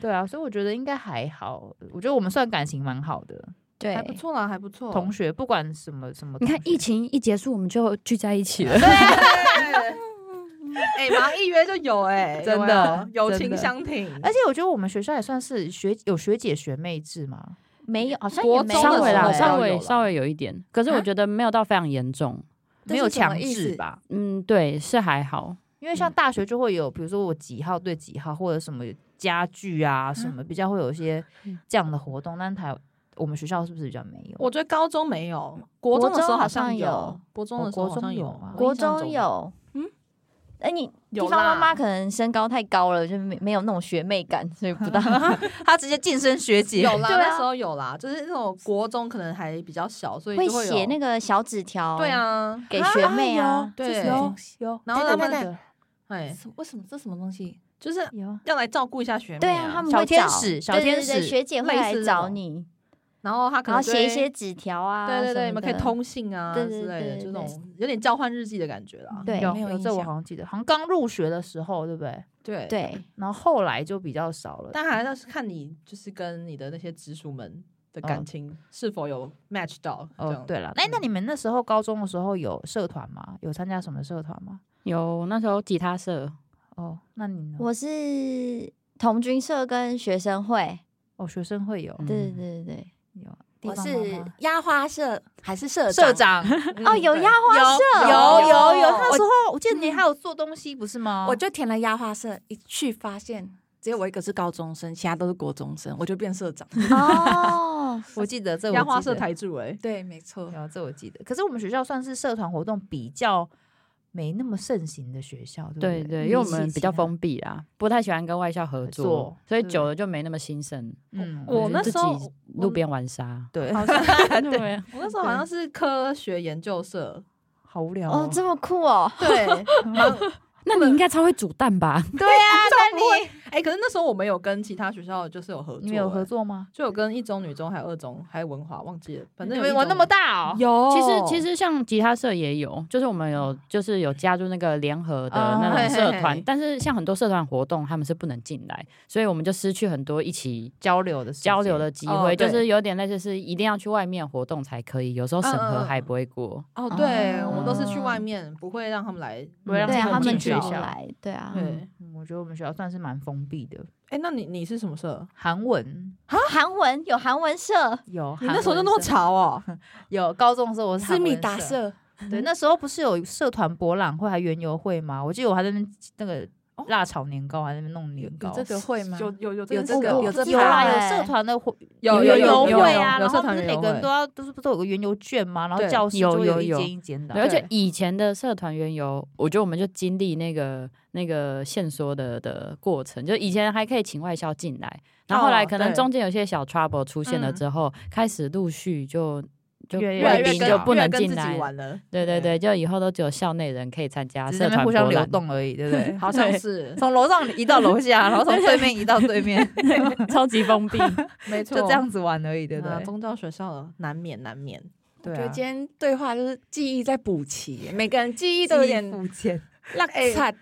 Speaker 6: 对啊，所以我觉得应该还好。我觉得我们算感情蛮好的，
Speaker 4: 对
Speaker 1: 还不错啦，还不错。
Speaker 6: 同学不管什么什么同
Speaker 2: 你
Speaker 6: 学，
Speaker 2: 看疫情一结束，我们就聚在一起了。
Speaker 1: 对， 哎，马上一约就有哎，
Speaker 6: 真
Speaker 1: 有
Speaker 6: 的
Speaker 1: 没有友
Speaker 6: 真
Speaker 1: 情
Speaker 6: 的
Speaker 1: 相挺，
Speaker 6: 而且我觉得我们学校也算是学有学姐学妹制嘛，
Speaker 4: 没有，好像
Speaker 1: 国
Speaker 4: 也没
Speaker 1: 中
Speaker 2: 稍
Speaker 1: 的
Speaker 2: 微
Speaker 1: 时
Speaker 2: 啦，
Speaker 1: 候
Speaker 2: 稍
Speaker 1: 有
Speaker 2: 微
Speaker 1: 啦
Speaker 2: 稍微有一点，啊可是我觉得没有到非常严重。
Speaker 3: 这
Speaker 6: 没有
Speaker 3: 是什么
Speaker 6: 强
Speaker 3: 意
Speaker 6: 制
Speaker 3: 思
Speaker 6: 吧？
Speaker 2: 嗯，对，是还好。
Speaker 6: 因为像大学就会有，比如说我几号对几号，或者什么家具啊什么，比较会有一些这样的活动。但台我们学校是不是比较没有？
Speaker 1: 我觉得高中没有，国中的时候好像
Speaker 4: 国中好
Speaker 1: 国中的
Speaker 4: 像有，
Speaker 1: 时候好像有
Speaker 6: 哦国中有
Speaker 4: 国
Speaker 6: 啊
Speaker 4: 中有，嗯
Speaker 1: 嗯，
Speaker 4: 哎，你地
Speaker 1: 有
Speaker 4: 方
Speaker 1: 啦
Speaker 4: 妈妈可能身高太高了，就没没有那种学妹感，所以不大，她直接晋升学姐，
Speaker 1: 有啦，
Speaker 4: 对
Speaker 1: 那时
Speaker 4: 啊，
Speaker 1: 候有啦，就是那种国中可能还比较小，所以
Speaker 4: 会
Speaker 1: 就有
Speaker 4: 写那个小纸条，
Speaker 1: 对，啊，
Speaker 4: 给学妹啊，
Speaker 1: 对
Speaker 3: 这什么东西有，
Speaker 1: 然后
Speaker 3: 对
Speaker 1: 他们
Speaker 3: 对对
Speaker 1: 的哎
Speaker 3: 对，什为什么这什么东西？
Speaker 1: 就是
Speaker 4: 有，
Speaker 1: 要来照顾一下学妹、
Speaker 4: 对啊，他们
Speaker 6: 小
Speaker 4: 会
Speaker 6: 天
Speaker 4: 找
Speaker 6: 使小
Speaker 4: 对对
Speaker 6: 天
Speaker 4: 对
Speaker 6: 使
Speaker 4: 学姐会
Speaker 1: 类
Speaker 4: 来
Speaker 1: 似那
Speaker 4: 找
Speaker 1: 种
Speaker 4: 你，
Speaker 1: 然后他可能
Speaker 4: 然后
Speaker 1: 就
Speaker 4: 写一
Speaker 1: 会
Speaker 4: 些纸条啊，
Speaker 1: 对对对，你们可以
Speaker 4: 通。
Speaker 1: 通信啊
Speaker 4: 对对
Speaker 1: 之类的，
Speaker 4: 对
Speaker 1: 就
Speaker 4: 对
Speaker 1: 那种有点交换日记的感觉啦。
Speaker 4: 对
Speaker 6: 有
Speaker 3: 没有
Speaker 6: 有
Speaker 3: 印
Speaker 6: 这我
Speaker 3: 象
Speaker 6: 好像记得，好像刚入学的时候，对不对？
Speaker 1: 对，
Speaker 4: 对，
Speaker 6: 然后后来就比较少了。
Speaker 1: 但还要是看你就是跟你的那些直属们的感情是否有 match 到。这
Speaker 6: 哦
Speaker 1: 样，
Speaker 6: 对了，哎，那
Speaker 1: 嗯
Speaker 6: 你们那时候高中的时候有社团吗？有参加什么社团吗？
Speaker 2: 有那时候吉他社，
Speaker 6: 哦，那你呢？
Speaker 4: 我是童军社跟学生会，
Speaker 6: 哦，学生会有
Speaker 2: 嗯
Speaker 4: 对对对对，
Speaker 6: 有，地
Speaker 3: 我
Speaker 6: 方
Speaker 3: 是
Speaker 6: 妈妈
Speaker 3: 压花社还是社
Speaker 6: 社长，
Speaker 1: 嗯
Speaker 4: 哦，有压花社，哦
Speaker 6: 有有有，
Speaker 4: 我
Speaker 6: 那时候我记得你还有做东西不是吗？
Speaker 3: 我就填了压花社，一去发现只有我一个是高中生，其他都是国中生，我就变社长。
Speaker 4: 哦，
Speaker 6: 我记得这我
Speaker 1: 压花
Speaker 6: 记
Speaker 1: 社
Speaker 6: 得
Speaker 1: 台柱哎，
Speaker 3: 对，没错，
Speaker 6: 有这我记得。可是我们学校算是社团活动比较没那么盛行的学校，对不
Speaker 2: 对
Speaker 6: 对
Speaker 2: 对，因为我
Speaker 6: 比起
Speaker 2: 们
Speaker 6: 其
Speaker 2: 比较
Speaker 6: 他，
Speaker 2: 封闭啦，不太喜欢跟外校合
Speaker 6: 合
Speaker 2: 作
Speaker 6: 作，
Speaker 2: 所以
Speaker 6: 对
Speaker 2: 久了就没那么兴盛。
Speaker 6: 嗯，
Speaker 1: 我
Speaker 2: 就
Speaker 1: 那
Speaker 2: 自
Speaker 1: 时候
Speaker 2: 己
Speaker 1: 我
Speaker 2: 路边玩沙，
Speaker 6: 对，
Speaker 1: 好像 对，
Speaker 2: 对，
Speaker 1: 我那时候好像是科学研究社，
Speaker 6: 好无聊
Speaker 4: 哦，这么酷哦，
Speaker 1: 对
Speaker 2: 那你应该超会煮蛋吧？
Speaker 4: 对啊，那
Speaker 1: 不
Speaker 4: 你
Speaker 1: 哎，可是那时候我们有跟其他学校就是有合作，
Speaker 6: 你们有合
Speaker 1: 哎，
Speaker 6: 作吗？
Speaker 1: 就有跟一中、女中还有二中还有文华，忘记了，反
Speaker 6: 你
Speaker 1: 正有
Speaker 6: 们
Speaker 1: 一嗯
Speaker 6: 玩那
Speaker 1: 中
Speaker 6: 么大哦？
Speaker 1: 有，
Speaker 2: 其实其实像吉他社也有，就是我们有就是有加入那个联合的
Speaker 6: 哦
Speaker 2: 那
Speaker 1: 嘿
Speaker 2: 种
Speaker 1: 嘿
Speaker 2: 社
Speaker 1: 嘿
Speaker 2: 团，但是像很多社团活动他们是不能进来，所以我们就失去很多一起
Speaker 6: 交流的时
Speaker 2: 交流
Speaker 6: 间，
Speaker 2: 的机
Speaker 1: 哦
Speaker 2: 会，就
Speaker 1: 对
Speaker 2: 是有点类似是一定要去外面活动才可以，有时候审
Speaker 1: 嗯嗯
Speaker 2: 核
Speaker 1: 嗯
Speaker 2: 还不会过。
Speaker 1: 哦，对，
Speaker 4: 哦
Speaker 1: 我们都是去外面，不会让他们来。
Speaker 6: 不会
Speaker 2: 嗯
Speaker 6: 让
Speaker 4: 对啊
Speaker 6: 们
Speaker 4: 他们
Speaker 6: 进
Speaker 4: 主
Speaker 6: 学
Speaker 4: 动
Speaker 6: 校。
Speaker 4: 来，对啊，
Speaker 1: 对，
Speaker 6: 嗯我觉得我们学校算是蛮封闭的，
Speaker 1: 哎，那你你是什么社？
Speaker 6: 韩文
Speaker 4: 韩文有韩文社，
Speaker 6: 有，
Speaker 1: 你
Speaker 6: 韩
Speaker 1: 那时候就
Speaker 6: 文
Speaker 1: 那么
Speaker 6: 社
Speaker 1: 潮哦？
Speaker 6: 有高中的时候我是
Speaker 3: 思
Speaker 6: 韩
Speaker 3: 密
Speaker 6: 文
Speaker 3: 达
Speaker 6: 社
Speaker 3: 社，
Speaker 6: 对，那时候不是有社团博览会还园游会吗？我记得我还在那边那个辣炒年糕，还在那边弄年糕。
Speaker 3: 有这个会吗？
Speaker 1: 有有有
Speaker 3: 有
Speaker 1: 这
Speaker 3: 这
Speaker 1: 个
Speaker 3: 个有这
Speaker 6: 有啦，
Speaker 4: 趴
Speaker 6: 有
Speaker 4: 欸
Speaker 6: 社团的会
Speaker 1: 有
Speaker 6: 园
Speaker 1: 有
Speaker 6: 游
Speaker 1: 有
Speaker 6: 会啊，
Speaker 1: 有
Speaker 6: 然
Speaker 1: 社
Speaker 6: 后不
Speaker 1: 团
Speaker 6: 是
Speaker 1: 园
Speaker 6: 每
Speaker 1: 游
Speaker 6: 个人
Speaker 1: 会
Speaker 6: 都要都是不是都有个园游券吗？然后
Speaker 1: 对
Speaker 6: 教室
Speaker 2: 有
Speaker 6: 就会
Speaker 2: 有
Speaker 6: 一
Speaker 2: 有
Speaker 6: 间一间的
Speaker 2: 对，
Speaker 6: 啊。
Speaker 2: 而且
Speaker 1: 对
Speaker 2: 以前的社团园游，我觉得我们就经历那个那个线索的的过程，就以前还可以请外校进来，然后后来
Speaker 1: 哦
Speaker 2: 可能
Speaker 1: 对
Speaker 2: 中间有些小 trouble 出现了
Speaker 1: 嗯
Speaker 2: 之后，开始陆续就就
Speaker 6: 越
Speaker 1: 越来
Speaker 2: 外
Speaker 1: 越
Speaker 2: 宾
Speaker 1: 跟
Speaker 2: 就不
Speaker 1: 越来
Speaker 2: 能
Speaker 1: 跟
Speaker 2: 进
Speaker 1: 啊自己
Speaker 2: 来，
Speaker 1: 玩了。？
Speaker 2: 对对对，就以后都只有校内人可以参加
Speaker 6: 啊只是
Speaker 2: 社
Speaker 6: 那边
Speaker 2: 团
Speaker 6: 互相
Speaker 2: 博
Speaker 6: 流
Speaker 2: 览，
Speaker 6: 动而已，对不 对
Speaker 1: 好像是
Speaker 6: 从楼上移到楼下，然后从对面移到对面，
Speaker 2: 超级封闭。
Speaker 1: 没
Speaker 6: 就这样子玩而已，对不
Speaker 1: 啊
Speaker 6: 对？
Speaker 1: 宗教学校了难免难免，
Speaker 6: 对
Speaker 3: 就
Speaker 6: 啊，
Speaker 3: 今天对话就是记忆在补齐，每个人记忆都有
Speaker 6: 记忆
Speaker 3: 点
Speaker 6: 附件，
Speaker 3: 落 差，
Speaker 1: 就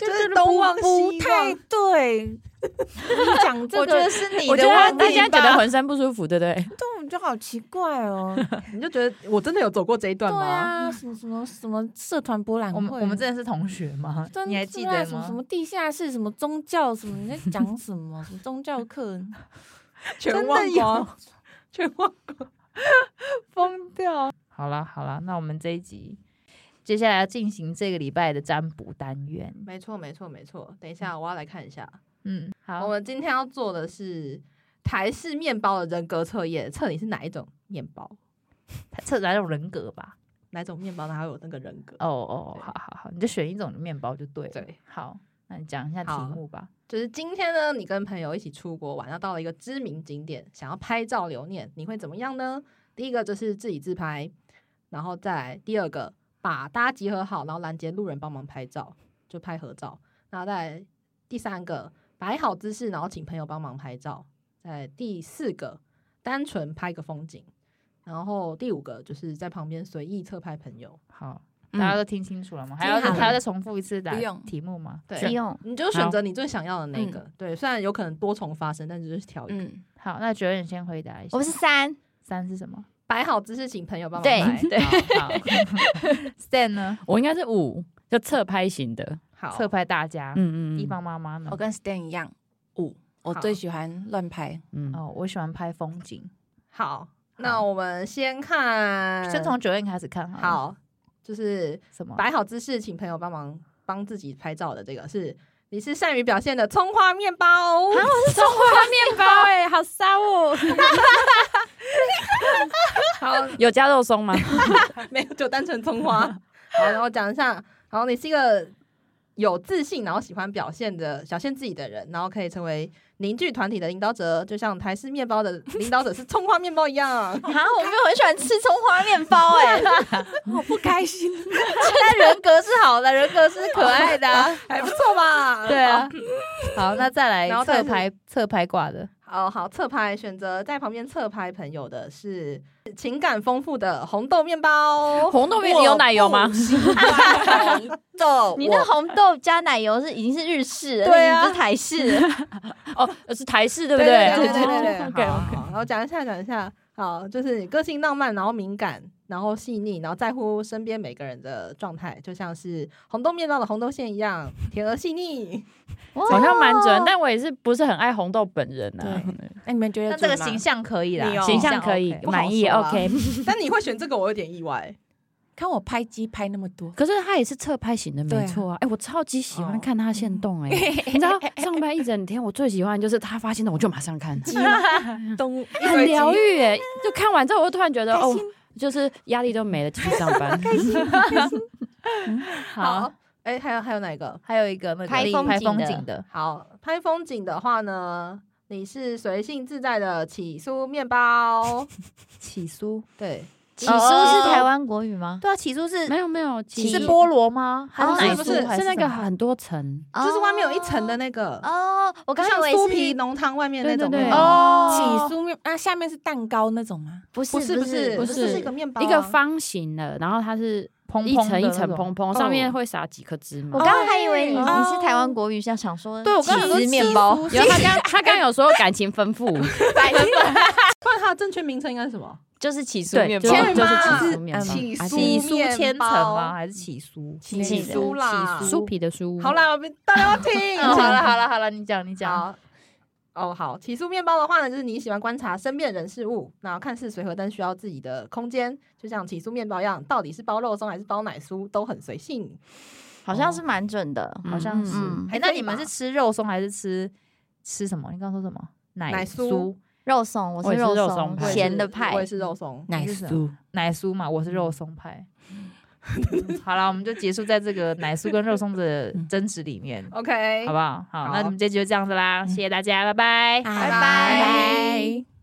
Speaker 3: 就是
Speaker 1: 是东
Speaker 3: 不
Speaker 1: 望
Speaker 3: 不
Speaker 1: 西
Speaker 3: 太
Speaker 1: 望。
Speaker 3: 对。你讲这
Speaker 4: 我觉得
Speaker 3: 个，
Speaker 4: 是你
Speaker 2: 我
Speaker 4: 的
Speaker 2: 觉得
Speaker 4: 问
Speaker 2: 大
Speaker 4: 题
Speaker 2: 家觉得
Speaker 4: 吧，
Speaker 2: 浑身不舒服，对不对？
Speaker 3: 我就好奇怪哦。
Speaker 1: 你就觉得我真的有走过这一
Speaker 3: 对
Speaker 1: 段吗？
Speaker 3: 啊，什么什么什么社团博览
Speaker 6: 我们
Speaker 3: 会，
Speaker 6: 我们真的是同学吗？
Speaker 3: 真
Speaker 6: 你还
Speaker 3: 是
Speaker 6: 记
Speaker 3: 啊
Speaker 6: 得
Speaker 3: 什么什
Speaker 6: 吗
Speaker 3: 么？地下室，什么宗教，什么你在讲什 么？什么宗教课？
Speaker 1: 全
Speaker 6: 真
Speaker 1: 忘
Speaker 6: 的有
Speaker 1: 光，全忘。
Speaker 6: 疯掉。好啦好啦，那我们这一集接下来要进行这个礼拜的占卜单元。
Speaker 1: 没错没错没错，等一下我要来看一下。
Speaker 6: 嗯，
Speaker 1: 我
Speaker 6: 好，
Speaker 1: 们今天要做的是台式面包的人格测验，测你是哪一种面包，
Speaker 6: 测哪种人格吧。
Speaker 1: 哪种面包哪有那个人格。
Speaker 6: 哦哦，
Speaker 1: 对
Speaker 6: 好好好，你就选一种面包就对了。
Speaker 1: 对，
Speaker 6: 好，那你讲一下题
Speaker 1: 好
Speaker 6: 目吧。
Speaker 1: 就是今天呢，你跟朋友一起出国玩，要到了一个知名景点，想要拍照留念，你会怎么样呢？第一个就是自己自拍，然后再来第二个把大家集合好，然后拦截路人帮忙拍照，就拍合照。然后再来第三个摆好姿势，然后请朋友帮忙拍照。再来第四个单纯拍个风景，然后第五个就是在旁边随意侧拍朋友。
Speaker 6: 好，
Speaker 2: 嗯
Speaker 6: 大家都听清楚了吗？还
Speaker 3: 听
Speaker 6: 要再
Speaker 3: 好了
Speaker 6: 还要再重复一次答
Speaker 3: 不用
Speaker 6: 题目吗？
Speaker 1: 对
Speaker 4: 不用，
Speaker 1: 你就选择你最想要的那个，对，虽然有可能多重发生，但是就是挑一个。
Speaker 3: 嗯，
Speaker 6: 好，那九点先回答一下。
Speaker 4: 我是三，
Speaker 6: 三是什么？
Speaker 1: 摆好姿势，请朋友帮忙
Speaker 4: 对
Speaker 1: 拍。
Speaker 6: 对，好，Stan 呢？
Speaker 2: 我应该是五，就侧拍型的。
Speaker 1: 好，
Speaker 6: 侧拍大家，
Speaker 2: 嗯嗯，
Speaker 6: 地方妈妈呢
Speaker 3: 我？跟 Stan 一样，五。我
Speaker 1: 好
Speaker 3: 最喜欢乱 拍，
Speaker 2: 嗯，
Speaker 6: 哦，我喜欢拍风景，
Speaker 1: 好，那我们先看，
Speaker 6: 先从九点开始看好了。
Speaker 1: 嗯好就是
Speaker 6: 什么？
Speaker 1: 摆好姿势，请朋友帮忙帮自己拍照的这个是。你是善于表现的葱花面包，
Speaker 2: 面包哎、好骚哦！ 好，有加肉松吗？
Speaker 1: 没有就单纯葱花。 好，然后讲一下，然后你是一个有自信，然后喜欢表现的表现自己的人，然后可以成为凝聚团体的领导者，就像台式面包的领导者是葱花面包一 样。
Speaker 4: 啊，我没有很喜欢吃葱花面包 哎、
Speaker 3: 我不开 心。
Speaker 4: 但人格是好的，人格是可爱的、啊，
Speaker 1: 还不错吧？
Speaker 6: 对啊， 好，那再来
Speaker 1: 然后再
Speaker 6: 侧
Speaker 1: 是
Speaker 6: 拍侧拍挂的，
Speaker 1: 哦，好，侧拍选择在旁边侧拍朋友的是情感丰富的红豆面 包，
Speaker 2: 红豆面有奶油吗？
Speaker 4: 红豆，你那红豆加奶油是已经是日式了，
Speaker 1: 对啊
Speaker 4: 那已经不是台式了。
Speaker 2: 哦，是台式对不
Speaker 1: 对对对对对对
Speaker 2: 哦
Speaker 1: OK OK，然后讲一下讲一下，好，就是你个性浪漫，然后敏感，然后细腻，然后在乎身边每个人的状态，就像是红豆面包的红豆馅一样，甜而细腻。
Speaker 2: 好像蛮准，但我也是不是很爱红豆本人啊，
Speaker 3: 那哎你们觉
Speaker 6: 那
Speaker 3: 得
Speaker 6: 这个
Speaker 3: 准吗
Speaker 6: 形？象可以啦
Speaker 3: 你，哦
Speaker 2: 形象可以
Speaker 6: OK
Speaker 1: 不好
Speaker 2: 满意
Speaker 1: 说啊
Speaker 2: OK。
Speaker 1: 但你会选这个，我有点意外。
Speaker 3: 看我拍机拍那么多，
Speaker 2: 可是他也是侧拍型的，
Speaker 3: 对啊
Speaker 2: 没错啊。哎、我超级喜欢
Speaker 1: 哦
Speaker 2: 看他现动哎、你知道上班一整天，我最喜欢就是他发现的，我就马上看，
Speaker 3: 动物
Speaker 2: 很疗愈哎。就看完之后，我就突然觉得哦，就是压力都没了，继续上班。
Speaker 6: 好，，
Speaker 1: 哎，还有还有哪一个？
Speaker 6: 还有一个那个
Speaker 4: 拍
Speaker 6: 立
Speaker 4: 风
Speaker 6: 拍
Speaker 4: 景
Speaker 6: 风
Speaker 4: 的
Speaker 6: 景的，
Speaker 1: 好，拍风景的话呢，你是随性自在的起酥面包，
Speaker 6: 起酥，
Speaker 1: 对，
Speaker 6: 起
Speaker 4: 哦
Speaker 6: 酥是台湾国语吗？
Speaker 4: 对啊，起初 是
Speaker 2: 没有没有，其
Speaker 6: 是
Speaker 2: 实
Speaker 6: 菠萝吗？还
Speaker 1: 哦
Speaker 6: 是奶
Speaker 1: 不是不
Speaker 6: 酥？
Speaker 1: 是
Speaker 6: 还
Speaker 2: 是那
Speaker 6: 什
Speaker 2: 个
Speaker 6: 么
Speaker 2: 很多层，
Speaker 1: 就是外面有一层的那个，
Speaker 4: 哦，我刚以
Speaker 1: 像
Speaker 4: 为
Speaker 1: 酥
Speaker 4: 是
Speaker 1: 皮浓汤外面那
Speaker 2: 对对
Speaker 1: 种
Speaker 2: 对
Speaker 1: 面包。
Speaker 4: 哦，
Speaker 3: 起酥面啊，下面是蛋糕那种吗？
Speaker 4: 不
Speaker 1: 不
Speaker 4: 是
Speaker 1: 是
Speaker 4: 不
Speaker 1: 是
Speaker 4: 是
Speaker 1: 不
Speaker 2: 是
Speaker 1: 这是一个面包啊，
Speaker 2: 一个方形的，然后它是
Speaker 6: 蓬
Speaker 2: 一层一层
Speaker 6: 蓬
Speaker 2: 蓬蓬，上面会撒几颗芝麻
Speaker 4: 我。刚刚还以为你你
Speaker 3: 哦
Speaker 4: 是台湾国语，想想说
Speaker 2: 对我刚
Speaker 4: 起
Speaker 2: 想说
Speaker 4: 司面包，
Speaker 2: 有他刚他刚有说感情丰富，
Speaker 1: 不然它的正确名称应该是什么？
Speaker 4: 就是起酥
Speaker 2: 对，
Speaker 4: 面
Speaker 2: 就
Speaker 4: 包
Speaker 2: 是
Speaker 1: 天
Speaker 2: 就是
Speaker 1: 哪
Speaker 2: 起酥面包，啊
Speaker 1: 起
Speaker 2: 还是
Speaker 1: 酥
Speaker 6: 酥千层吗？还是起酥？
Speaker 1: 起
Speaker 4: 起
Speaker 1: 酥啦，
Speaker 2: 酥。皮的酥。
Speaker 1: 好，啦，我们大家要听。
Speaker 6: 嗯 好了好了好了，你讲你讲。
Speaker 1: 好。哦，好，起酥面包的话呢，就是你喜欢观察身边的人事物，然后看似随和，但需要自己的空间，就像起酥面包一样，到底是包肉松还是包奶酥都很随性。
Speaker 4: 好像是蛮准的，
Speaker 2: 嗯
Speaker 4: 好像是。
Speaker 2: 嗯
Speaker 6: 哎，
Speaker 1: 还可
Speaker 6: 那
Speaker 1: 以
Speaker 6: 你们
Speaker 1: 吧
Speaker 6: 是吃肉松还是吃吃什么？你刚刚说什么？奶
Speaker 1: 奶酥
Speaker 6: 酥，
Speaker 4: 肉松，我
Speaker 2: 我也
Speaker 4: 是
Speaker 2: 是肉松
Speaker 4: 松
Speaker 2: 派
Speaker 4: 咸的派嗯
Speaker 1: 我，也是肉松，
Speaker 3: 奶酥，
Speaker 6: 奶酥嘛，我是肉松派。 嗯好了，我们就结束在这个奶酥跟肉松的争执里面，
Speaker 1: 嗯 OK，
Speaker 6: 好不好？好，
Speaker 1: 好嗯
Speaker 6: 哎那我们这集就这样子啦，谢谢大家，拜拜。
Speaker 1: 拜
Speaker 4: 拜
Speaker 3: 拜拜。